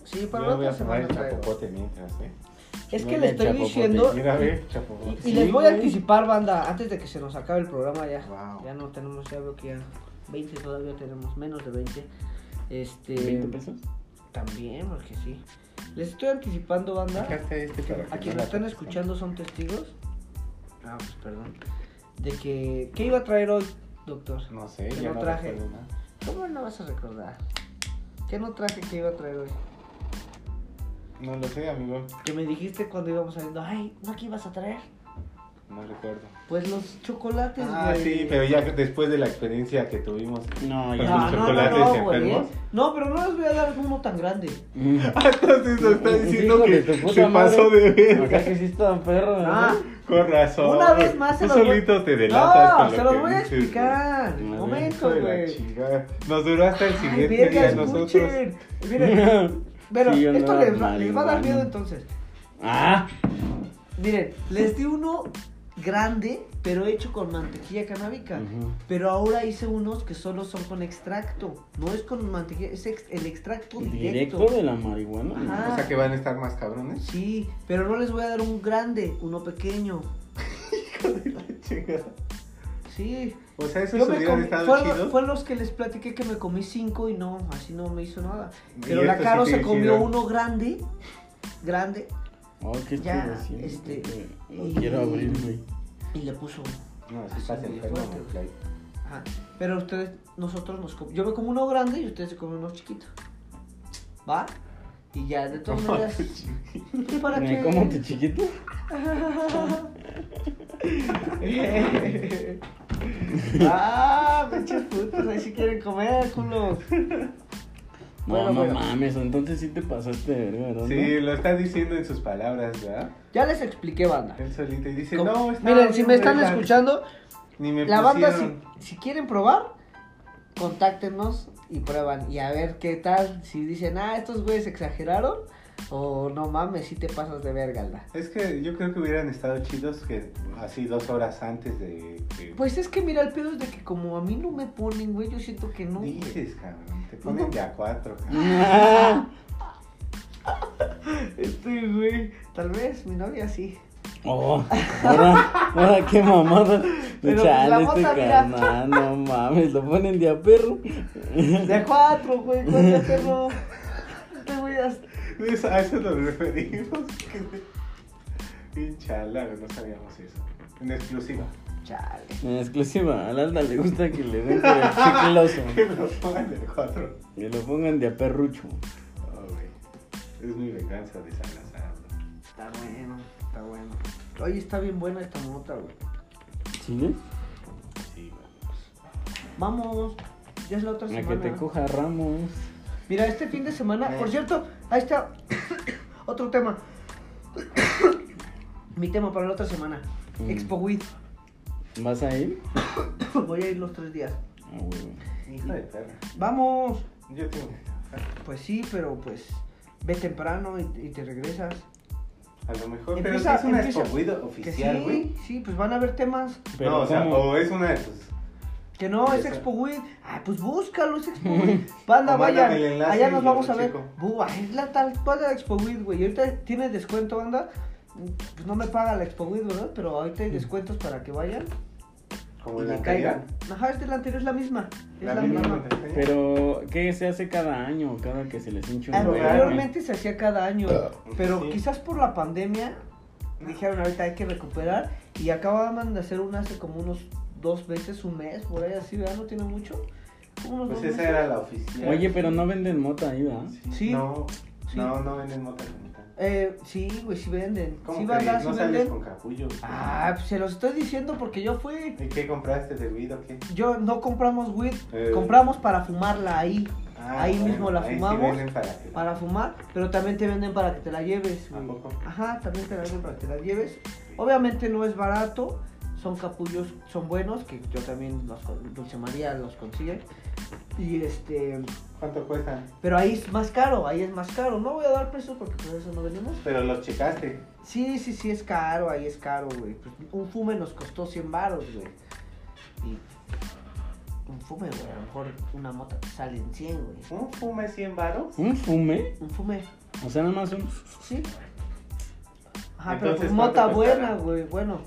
[SPEAKER 3] Sí,
[SPEAKER 1] Yo
[SPEAKER 3] para
[SPEAKER 1] me
[SPEAKER 3] la
[SPEAKER 1] voy
[SPEAKER 3] otra
[SPEAKER 1] a fumar
[SPEAKER 3] semana
[SPEAKER 1] el
[SPEAKER 3] traigo.
[SPEAKER 1] chapopote mientras, ¿eh?
[SPEAKER 3] Es que
[SPEAKER 2] Huele
[SPEAKER 3] le
[SPEAKER 2] a
[SPEAKER 3] estoy
[SPEAKER 2] chapopote.
[SPEAKER 3] diciendo.
[SPEAKER 1] Mira, ve,
[SPEAKER 3] Y,
[SPEAKER 1] chapopote.
[SPEAKER 3] Oh. y les
[SPEAKER 2] Sí,
[SPEAKER 3] voy a
[SPEAKER 2] güey.
[SPEAKER 3] anticipar, banda, antes de que se nos acabe el programa ya.
[SPEAKER 1] Wow.
[SPEAKER 3] Ya no tenemos, ya veo que ya 20 todavía tenemos, menos de 20. Este.
[SPEAKER 2] ¿20 pesos?
[SPEAKER 3] También, porque sí. Les estoy anticipando, banda.
[SPEAKER 1] Sacaste este para que
[SPEAKER 3] A
[SPEAKER 1] no
[SPEAKER 3] quienes
[SPEAKER 1] la-
[SPEAKER 3] están escuchando son testigos. Ah, pues perdón. De que. ¿Qué iba a traer hoy, doctor?
[SPEAKER 1] No sé,
[SPEAKER 3] Que
[SPEAKER 1] ya
[SPEAKER 3] no
[SPEAKER 1] no
[SPEAKER 3] traje.
[SPEAKER 1] recuerdo nada.
[SPEAKER 3] ¿Cómo no vas a recordar? ¿Qué no traje que iba a traer hoy?
[SPEAKER 1] No lo sé, amigo.
[SPEAKER 3] Que me dijiste cuando íbamos saliendo, ay, ¿no que ibas a traer?
[SPEAKER 1] No recuerdo.
[SPEAKER 3] Pues los chocolates,
[SPEAKER 1] Ah,
[SPEAKER 3] güey.
[SPEAKER 1] sí, pero ya que después de la experiencia que tuvimos.
[SPEAKER 2] No,
[SPEAKER 1] ya.
[SPEAKER 2] ya.
[SPEAKER 1] Los chocolates
[SPEAKER 3] güey,
[SPEAKER 1] enfermos.
[SPEAKER 3] ¿eh? No, pero no les voy a dar uno tan grande.
[SPEAKER 2] Mm.
[SPEAKER 1] Entonces nos Ah, está diciendo que se pasó de
[SPEAKER 2] Acá
[SPEAKER 1] verga.
[SPEAKER 2] que sí estaban perros.
[SPEAKER 3] Ah,
[SPEAKER 1] Con razón.
[SPEAKER 3] una vez más se
[SPEAKER 1] Tú
[SPEAKER 3] los voy-
[SPEAKER 1] solito te delatas
[SPEAKER 3] no,
[SPEAKER 1] con
[SPEAKER 3] se
[SPEAKER 1] lo
[SPEAKER 3] los
[SPEAKER 1] que
[SPEAKER 3] voy a
[SPEAKER 1] dices, güey.
[SPEAKER 3] explicar.
[SPEAKER 2] A ver,
[SPEAKER 3] Momento,
[SPEAKER 1] Hijo de la
[SPEAKER 3] güey.
[SPEAKER 1] chingada. Nos duró hasta el
[SPEAKER 3] Ay,
[SPEAKER 1] siguiente
[SPEAKER 3] verga,
[SPEAKER 1] día nosotros.
[SPEAKER 3] escuchen. Miren, pero
[SPEAKER 2] Sí, yo
[SPEAKER 3] esto
[SPEAKER 2] andaba
[SPEAKER 3] les va, les va a dar
[SPEAKER 2] marihuana.
[SPEAKER 3] miedo entonces.
[SPEAKER 2] Ah,
[SPEAKER 3] Miren, les di uno grande, pero hecho con mantequilla canábica.
[SPEAKER 2] Ujú.
[SPEAKER 3] Pero ahora hice unos que solo son con extracto. No es con mantequilla, es ex- el extracto directo.
[SPEAKER 2] directo de la marihuana.
[SPEAKER 3] Ajá.
[SPEAKER 1] O sea que van a estar más cabrones.
[SPEAKER 3] Sí, pero no les voy a dar un grande, uno pequeño. Sí.
[SPEAKER 1] O sea, eso
[SPEAKER 3] Yo me
[SPEAKER 1] hubieran
[SPEAKER 3] comí-
[SPEAKER 1] estado
[SPEAKER 3] fue,
[SPEAKER 1] chido.
[SPEAKER 3] fue los que les platiqué que me comí cinco y no, así no me hizo nada.
[SPEAKER 1] Y
[SPEAKER 2] este
[SPEAKER 3] Pero la
[SPEAKER 1] estos
[SPEAKER 3] Caro
[SPEAKER 1] sí te
[SPEAKER 3] se comió
[SPEAKER 1] hicieron.
[SPEAKER 3] uno grande, grande,
[SPEAKER 2] Oh, ¿qué estoy
[SPEAKER 3] Ya,
[SPEAKER 2] haciendo?
[SPEAKER 3] este,
[SPEAKER 2] Lo quiero abrir, güey.
[SPEAKER 3] y le puso uno.
[SPEAKER 1] No, sí
[SPEAKER 3] Así
[SPEAKER 1] estás
[SPEAKER 3] muy
[SPEAKER 1] enfermo,
[SPEAKER 3] fuerte,
[SPEAKER 1] porque ahí-
[SPEAKER 3] Ajá. Pero ustedes, nosotros nos comemos. Yo me como uno grande y ustedes se comen uno chiquito. ¿Va? Y ya, de todas maneras. ¿Para
[SPEAKER 2] ¿Me
[SPEAKER 3] qué?
[SPEAKER 2] como tu chiquito?
[SPEAKER 3] Ah, pinches putos, ahí sí quieren comer, culo.
[SPEAKER 2] No,
[SPEAKER 3] Bueno,
[SPEAKER 2] no
[SPEAKER 3] bueno.
[SPEAKER 2] mames, entonces sí te pasaste de verga, ¿verdad?
[SPEAKER 1] Sí, lo está diciendo en sus palabras, ¿verdad?
[SPEAKER 3] Ya les expliqué, banda.
[SPEAKER 1] Él solito y dice,
[SPEAKER 3] Como-
[SPEAKER 1] no, está
[SPEAKER 3] Miren, si
[SPEAKER 1] bien,
[SPEAKER 3] me están
[SPEAKER 1] verga,
[SPEAKER 3] escuchando,
[SPEAKER 1] Ni me
[SPEAKER 3] la banda, si,
[SPEAKER 1] pusieron.
[SPEAKER 3] si quieren probar, contáctenos y prueban. Y a ver qué tal. Si dicen, ah, estos güeyes exageraron. O no mames, si te pasas de verga, la.
[SPEAKER 1] Es que yo creo que hubieran estado chidos que así dos horas antes de que
[SPEAKER 3] Pues es que mira, el pedo es de que como a mí no me ponen, güey, yo siento que no. güey.
[SPEAKER 1] dices, cabrón. Te ponen de a cuatro, cabrón.
[SPEAKER 2] Ah,
[SPEAKER 3] Este güey, tal vez mi novia sí.
[SPEAKER 2] Oh, ahora, ahora qué mamada.
[SPEAKER 3] Pero pues, la
[SPEAKER 2] Chale,
[SPEAKER 3] bota,
[SPEAKER 2] este
[SPEAKER 3] mira.
[SPEAKER 2] carnal, no mames, lo ponen de a perro.
[SPEAKER 3] De cuatro, güey, con el perro. Este güey hasta-
[SPEAKER 1] Eso- A eso nos referimos. Y chala, no sabíamos eso. En exclusiva.
[SPEAKER 3] Chale.
[SPEAKER 2] En exclusiva, al Alda le gusta que le den por el chicloso.
[SPEAKER 1] Que nos pongan de cuatro.
[SPEAKER 2] Que lo pongan de a perrucho.
[SPEAKER 1] Oh, güey. Es mi venganza de Salazar.
[SPEAKER 3] Está bueno, está bueno. Oye, está bien buena esta mota, güey.
[SPEAKER 2] ¿Sí?
[SPEAKER 1] Sí, güey.
[SPEAKER 3] Vamos, ya es la otra
[SPEAKER 2] A
[SPEAKER 3] semana.
[SPEAKER 2] que te coja Ramos.
[SPEAKER 3] Mira, este fin de semana, por
[SPEAKER 1] Eh.
[SPEAKER 3] cierto, ahí está otro tema. Mi tema para la otra semana.
[SPEAKER 2] Mm.
[SPEAKER 3] Expo Weed.
[SPEAKER 2] ¿Vas a ir?
[SPEAKER 3] Voy a ir los tres días.
[SPEAKER 2] Ah, huevo.
[SPEAKER 1] Hija de perra.
[SPEAKER 3] Vamos.
[SPEAKER 1] Yo tengo.
[SPEAKER 3] Pues sí, pero pues ve temprano y, y te regresas.
[SPEAKER 1] A lo mejor, pero
[SPEAKER 3] Empieza-
[SPEAKER 1] es una
[SPEAKER 3] empieza.
[SPEAKER 1] escobuido
[SPEAKER 3] Que
[SPEAKER 1] oficial, güey.
[SPEAKER 3] sí, sí, pues van a haber temas.
[SPEAKER 2] Pero
[SPEAKER 1] no, o sea,
[SPEAKER 2] ¿cómo?
[SPEAKER 1] o es una de tus.
[SPEAKER 3] Que no, es
[SPEAKER 1] Esa.
[SPEAKER 3] Expo Weed. Ah, pues búscalo, es Expo Weed. Banda,
[SPEAKER 1] O mándame el
[SPEAKER 3] vayan.
[SPEAKER 1] enlace
[SPEAKER 3] Allá
[SPEAKER 1] y
[SPEAKER 3] nos
[SPEAKER 1] yo
[SPEAKER 3] vamos a
[SPEAKER 1] lo
[SPEAKER 3] ver.
[SPEAKER 1] checo.
[SPEAKER 3] Buah, es la tal cual de la Expo Weed, güey. Y ahorita tiene descuento, banda. Pues no me paga la Expo Weed, ¿verdad? Pero ahorita hay descuentos para que vayan
[SPEAKER 1] Como
[SPEAKER 3] y
[SPEAKER 1] Mm. la
[SPEAKER 3] le
[SPEAKER 1] anterior.
[SPEAKER 3] caigan. Ajá, esta es la anterior, es la misma. Es
[SPEAKER 1] La misma contraseña.
[SPEAKER 2] Pero, ¿qué se hace cada año? Cada que se les hincha un huevo,
[SPEAKER 1] Ah,
[SPEAKER 3] Anteriormente se hacía cada año, pero
[SPEAKER 1] Sí.
[SPEAKER 3] quizás por la pandemia dijeron ahorita hay que recuperar y acababan de hacer una hace como unos dos veces, un mes, por ahí así, ¿verdad? No tiene mucho. Unos
[SPEAKER 1] Pues
[SPEAKER 3] dos
[SPEAKER 1] esa
[SPEAKER 3] meses.
[SPEAKER 1] era la
[SPEAKER 2] güey.
[SPEAKER 1] oficial.
[SPEAKER 2] Oye, pero no venden mota ahí, ¿verdad?
[SPEAKER 3] Sí.
[SPEAKER 1] No,
[SPEAKER 3] Sí.
[SPEAKER 1] no, no venden mota comunitaria.
[SPEAKER 3] Eh, sí, güey, sí venden.
[SPEAKER 1] ¿Cómo
[SPEAKER 3] Sí,
[SPEAKER 1] crees?
[SPEAKER 3] banda,
[SPEAKER 1] no
[SPEAKER 3] sí
[SPEAKER 1] sales
[SPEAKER 3] venden.
[SPEAKER 1] con capullo. güey.
[SPEAKER 3] Ah, pues se los estoy diciendo porque yo fui.
[SPEAKER 1] ¿Y qué compraste de weed o qué?
[SPEAKER 3] Yo no compramos weed,
[SPEAKER 1] Eh.
[SPEAKER 3] compramos para fumarla ahí,
[SPEAKER 1] Ah,
[SPEAKER 3] Ahí
[SPEAKER 1] bueno,
[SPEAKER 3] mismo la
[SPEAKER 1] ahí sí
[SPEAKER 3] fumamos.
[SPEAKER 1] venden para que-
[SPEAKER 3] para fumar, pero también te venden para que te la lleves. güey.
[SPEAKER 1] ¿A poco?
[SPEAKER 3] Ajá, también te la venden para que te la lleves. Obviamente no es barato, son capullos, son buenos, que yo también los con- Dulce María los consigue. Y este,
[SPEAKER 1] ¿Cuánto cuestan?
[SPEAKER 3] pero ahí es más caro, ahí es más caro. No voy a dar precios porque por eso no venimos.
[SPEAKER 1] Pero los checaste.
[SPEAKER 3] Sí, sí, sí es caro, ahí es caro, güey. Pues, un fume nos costó 100 baros, güey. Y un fume, güey, a lo mejor una mota te sale en 100, güey.
[SPEAKER 1] ¿Un fume 100 varos?
[SPEAKER 2] ¿Un fume?
[SPEAKER 3] Un fume,
[SPEAKER 2] O sea, nada más un...
[SPEAKER 3] sí. Ajá,
[SPEAKER 1] Entonces,
[SPEAKER 3] pero pues, mota
[SPEAKER 1] ¿cuánto costará?
[SPEAKER 3] buena, güey, bueno.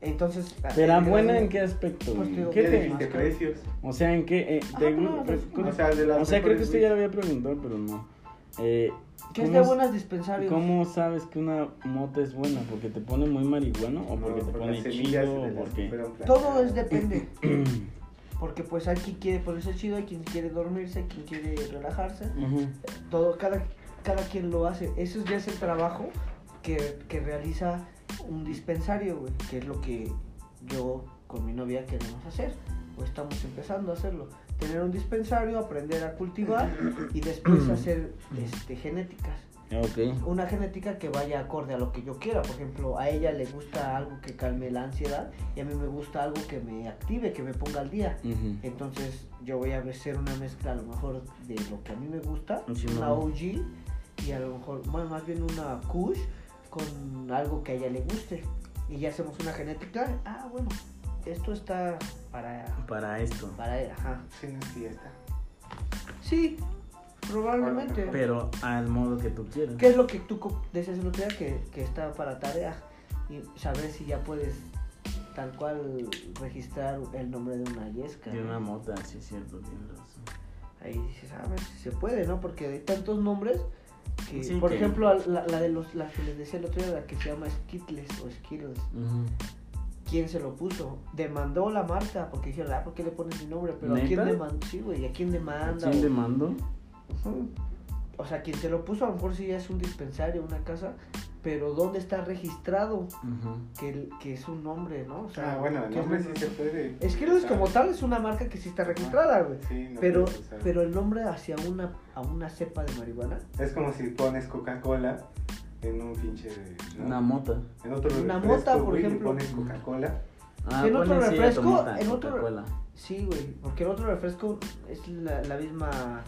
[SPEAKER 3] Entonces...
[SPEAKER 2] ¿Será
[SPEAKER 3] eh,
[SPEAKER 2] buena en qué aspecto?
[SPEAKER 3] Pues,
[SPEAKER 2] güey?
[SPEAKER 3] digo,
[SPEAKER 2] ¿Qué
[SPEAKER 1] ¿Qué
[SPEAKER 3] ya
[SPEAKER 2] te-
[SPEAKER 1] dijiste
[SPEAKER 3] Ajá.
[SPEAKER 1] precios? pues,
[SPEAKER 2] O sea, ¿en qué? eh,
[SPEAKER 3] Ajá,
[SPEAKER 2] te-
[SPEAKER 3] Ah, no, pues,
[SPEAKER 2] re-
[SPEAKER 3] no, no.
[SPEAKER 1] O sea, de las
[SPEAKER 2] o sea, creo que
[SPEAKER 1] mejores
[SPEAKER 2] esto ya lo
[SPEAKER 1] weed.
[SPEAKER 2] había preguntado, pero no. Eh,
[SPEAKER 3] ¿Qué es de
[SPEAKER 2] ¿cómo-
[SPEAKER 3] buenos dispensarios?
[SPEAKER 2] ¿Cómo sabes que una mota es buena? ¿Porque te pone muy marihuano? ¿O porque
[SPEAKER 1] No,
[SPEAKER 2] te
[SPEAKER 1] por
[SPEAKER 2] pone
[SPEAKER 1] las semillas de
[SPEAKER 2] chido? ¿O
[SPEAKER 1] las que
[SPEAKER 2] porque...?
[SPEAKER 1] fueron
[SPEAKER 3] Todo es
[SPEAKER 1] plantadas.
[SPEAKER 3] depende. Porque pues hay quien quiere ponerse chido, hay quien quiere dormirse, hay quien quiere relajarse.
[SPEAKER 2] Ujú.
[SPEAKER 3] Todo, cada, cada quien lo hace. Eso ya es el trabajo que, que realiza un dispensario, güey. Que es lo que yo con mi novia queremos hacer. O estamos empezando a hacerlo. Tener un dispensario, aprender a cultivar y después hacer este, genéticas.
[SPEAKER 2] Ok.
[SPEAKER 3] Una genética que vaya acorde a lo que yo quiera. Por ejemplo, a ella le gusta algo que calme la ansiedad y a mí me gusta algo que me active, que me ponga al día.
[SPEAKER 2] Ujú.
[SPEAKER 3] Entonces yo voy a hacer una mezcla a lo mejor de lo que a mí me gusta,
[SPEAKER 2] Sí,
[SPEAKER 3] una
[SPEAKER 2] mamá.
[SPEAKER 3] OG y a lo mejor bueno, más bien una Kush con algo que a ella le guste. Y ya hacemos una genética. Ah, bueno, esto está para...
[SPEAKER 2] Para esto.
[SPEAKER 3] Para él, ajá.
[SPEAKER 1] Sí, no, sí, ya está.
[SPEAKER 3] Sí, probablemente.
[SPEAKER 2] Pero al modo que tú quieras.
[SPEAKER 3] ¿Qué es lo que tú co- deseas en otro día que, que está para tarea? Y saber si ya puedes tal cual registrar el nombre de una yesca.
[SPEAKER 2] De
[SPEAKER 3] ¿no?
[SPEAKER 2] una mota, sí es cierto, tienes razón.
[SPEAKER 3] Ahí dices, a ver si se puede, ¿no? Porque hay tantos nombres que,
[SPEAKER 2] Sí,
[SPEAKER 3] por
[SPEAKER 2] que-
[SPEAKER 3] ejemplo, a la, la de los, la que les decía el otro día, la que se llama Skittles o Skittles, ¿quién se lo puso? Demandó la marca porque dijeron, ah, ¿por qué le pones mi nombre? Pero ¿a quién
[SPEAKER 2] ¿Neta?
[SPEAKER 3] demanda? Sí, güey, ¿a quién demanda?
[SPEAKER 2] ¿Quién
[SPEAKER 3] o-
[SPEAKER 2] demandó?
[SPEAKER 3] Ujú. O sea, quien se lo puso, a lo mejor sí ya es un dispensario, una casa, Pero ¿dónde está registrado
[SPEAKER 2] Ujú.
[SPEAKER 3] que, el- que es un nombre, no? O
[SPEAKER 1] Ah, bueno, el
[SPEAKER 3] que es
[SPEAKER 1] nombre
[SPEAKER 3] un-
[SPEAKER 1] sí se puede. Ah.
[SPEAKER 3] Es que no es como tal, es una marca que sí está registrada, güey.
[SPEAKER 1] Sí, no
[SPEAKER 3] Pero,
[SPEAKER 1] puedes usar.
[SPEAKER 3] pero el nombre hacia una, a una cepa de marihuana,
[SPEAKER 1] Es como si pones Coca-Cola en un pinche. ¿no?
[SPEAKER 2] Una mota.
[SPEAKER 1] En otro
[SPEAKER 3] Una
[SPEAKER 1] refresco,
[SPEAKER 3] mota, por
[SPEAKER 1] güey, le
[SPEAKER 3] ejemplo.
[SPEAKER 1] pones Coca-Cola.
[SPEAKER 2] Ah,
[SPEAKER 3] En
[SPEAKER 2] ponle
[SPEAKER 3] otro
[SPEAKER 2] sí a tu
[SPEAKER 3] refresco,
[SPEAKER 2] mota,
[SPEAKER 3] en otro-
[SPEAKER 2] Coca-Cola.
[SPEAKER 3] sí, güey. Porque el otro refresco es la, la misma.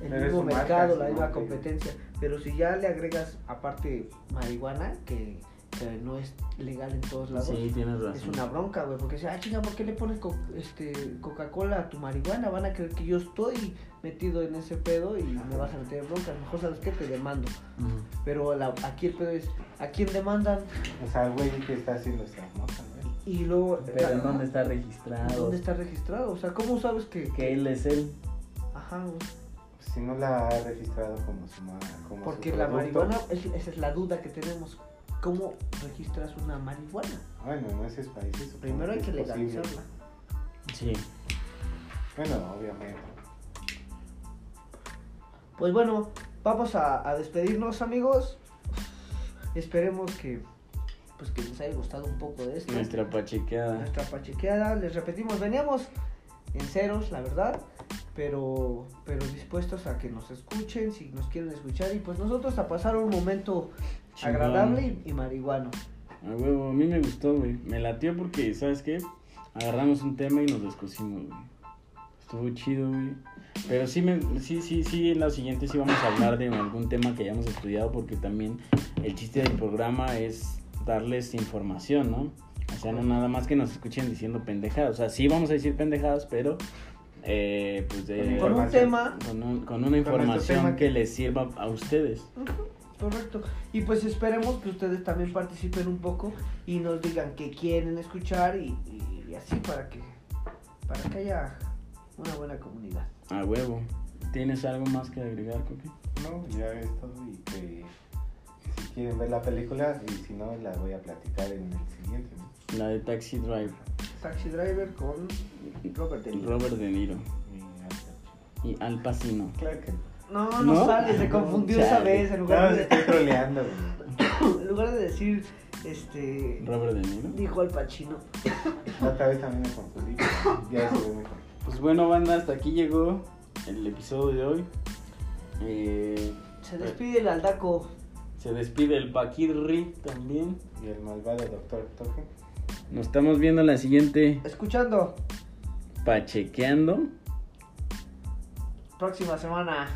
[SPEAKER 3] El
[SPEAKER 1] Pero es
[SPEAKER 3] mismo
[SPEAKER 1] su marca,
[SPEAKER 3] mercado,
[SPEAKER 1] es
[SPEAKER 3] la
[SPEAKER 1] su
[SPEAKER 3] misma
[SPEAKER 1] marca, güey.
[SPEAKER 3] competencia. Pero si ya le agregas, aparte, marihuana, que, que no es legal en todos lados.
[SPEAKER 2] Sí, tienes razón.
[SPEAKER 3] Es una bronca, güey, porque dice, ah, chinga, ¿por qué le pones co- este, Coca-Cola a tu marihuana? Van a creer que yo estoy metido en ese pedo y me vas a meter en bronca. A lo mejor sabes que te demando.
[SPEAKER 2] Ujú.
[SPEAKER 3] Pero la- aquí el pedo es, ¿a quién demandan?
[SPEAKER 1] O sea, el güey que está haciendo esta mota, güey.
[SPEAKER 3] Y luego,
[SPEAKER 2] Pero
[SPEAKER 3] la-
[SPEAKER 2] ¿en dónde está
[SPEAKER 3] ¿en
[SPEAKER 2] registrado?
[SPEAKER 3] dónde está registrado? O sea, ¿cómo sabes que...?
[SPEAKER 2] Que él es él.
[SPEAKER 3] Ajá, güey.
[SPEAKER 1] pues, Si no la ha registrado como su ma- como su
[SPEAKER 3] Porque la
[SPEAKER 1] producto.
[SPEAKER 3] marihuana, es- esa es la duda que tenemos. ¿Cómo registras una marihuana?
[SPEAKER 1] Bueno, en esos países. supongo
[SPEAKER 3] Primero hay
[SPEAKER 1] es
[SPEAKER 3] que
[SPEAKER 1] posible.
[SPEAKER 3] legalizarla.
[SPEAKER 2] Sí.
[SPEAKER 1] Bueno, obviamente.
[SPEAKER 3] Pues bueno, vamos a, a despedirnos amigos. Esperemos que, pues, que les haya gustado un poco de esto.
[SPEAKER 2] Nuestra pachequeada.
[SPEAKER 3] Nuestra pachequeada. Les repetimos, veníamos en ceros, la verdad. Pero, pero dispuestos a que nos escuchen, si nos quieren escuchar. Y pues nosotros a pasar un momento
[SPEAKER 2] Chingón.
[SPEAKER 3] agradable y, y marihuano.
[SPEAKER 2] A huevo, a mí me gustó, güey. Me latió porque, ¿sabes qué? Agarramos un tema y nos descosimos, güey. Estuvo chido, güey. Pero sí, me, sí, sí, sí, en la siguiente sí vamos a hablar de algún tema que hayamos estudiado porque también el chiste del programa es darles información, ¿no? O sea, no nada más que nos escuchen diciendo pendejadas. O sea, sí vamos a decir pendejadas, pero eh, pues de-
[SPEAKER 3] Con un
[SPEAKER 1] Información.
[SPEAKER 3] tema
[SPEAKER 2] con, un- con una
[SPEAKER 1] nuestro
[SPEAKER 2] información
[SPEAKER 1] tema.
[SPEAKER 2] que les sirva a ustedes.
[SPEAKER 3] Correcto. Y pues esperemos que ustedes también participen un poco y nos digan qué quieren escuchar y, y- y así para que para que haya una buena comunidad.
[SPEAKER 2] A huevo. ¿Tienes algo más que agregar, Coque?
[SPEAKER 1] No, ya es todo y que si quieren ver la película y si no la voy a platicar en el siguiente. ¿no?
[SPEAKER 2] La de Taxi Driver.
[SPEAKER 3] Taxi Driver con Robert De Niro.
[SPEAKER 2] Robert De Niro
[SPEAKER 1] Y ya está chido.
[SPEAKER 2] y Al Pacino.
[SPEAKER 1] Claro que no.
[SPEAKER 3] No, no,
[SPEAKER 2] ¿No?
[SPEAKER 3] sale, se confundió esa
[SPEAKER 2] Chale.
[SPEAKER 3] vez. En
[SPEAKER 1] No,
[SPEAKER 3] lugar,
[SPEAKER 1] se
[SPEAKER 3] de,
[SPEAKER 1] estoy troleando, güey.
[SPEAKER 3] en lugar de decir, este,
[SPEAKER 2] Robert De Niro.
[SPEAKER 3] dijo al Pacino.
[SPEAKER 1] La Otra vez también me confundí. Ya se ve mejor.
[SPEAKER 2] Pues bueno, banda, hasta aquí llegó el episodio de hoy. Eh,
[SPEAKER 3] Se despide el Aldaco.
[SPEAKER 2] se despide el Paquirri también.
[SPEAKER 1] Y el malvado doctor Toque.
[SPEAKER 2] Nos estamos viendo la siguiente
[SPEAKER 3] Escuchando,
[SPEAKER 2] Pachequeando.
[SPEAKER 3] próxima semana.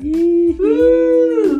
[SPEAKER 2] Ijú.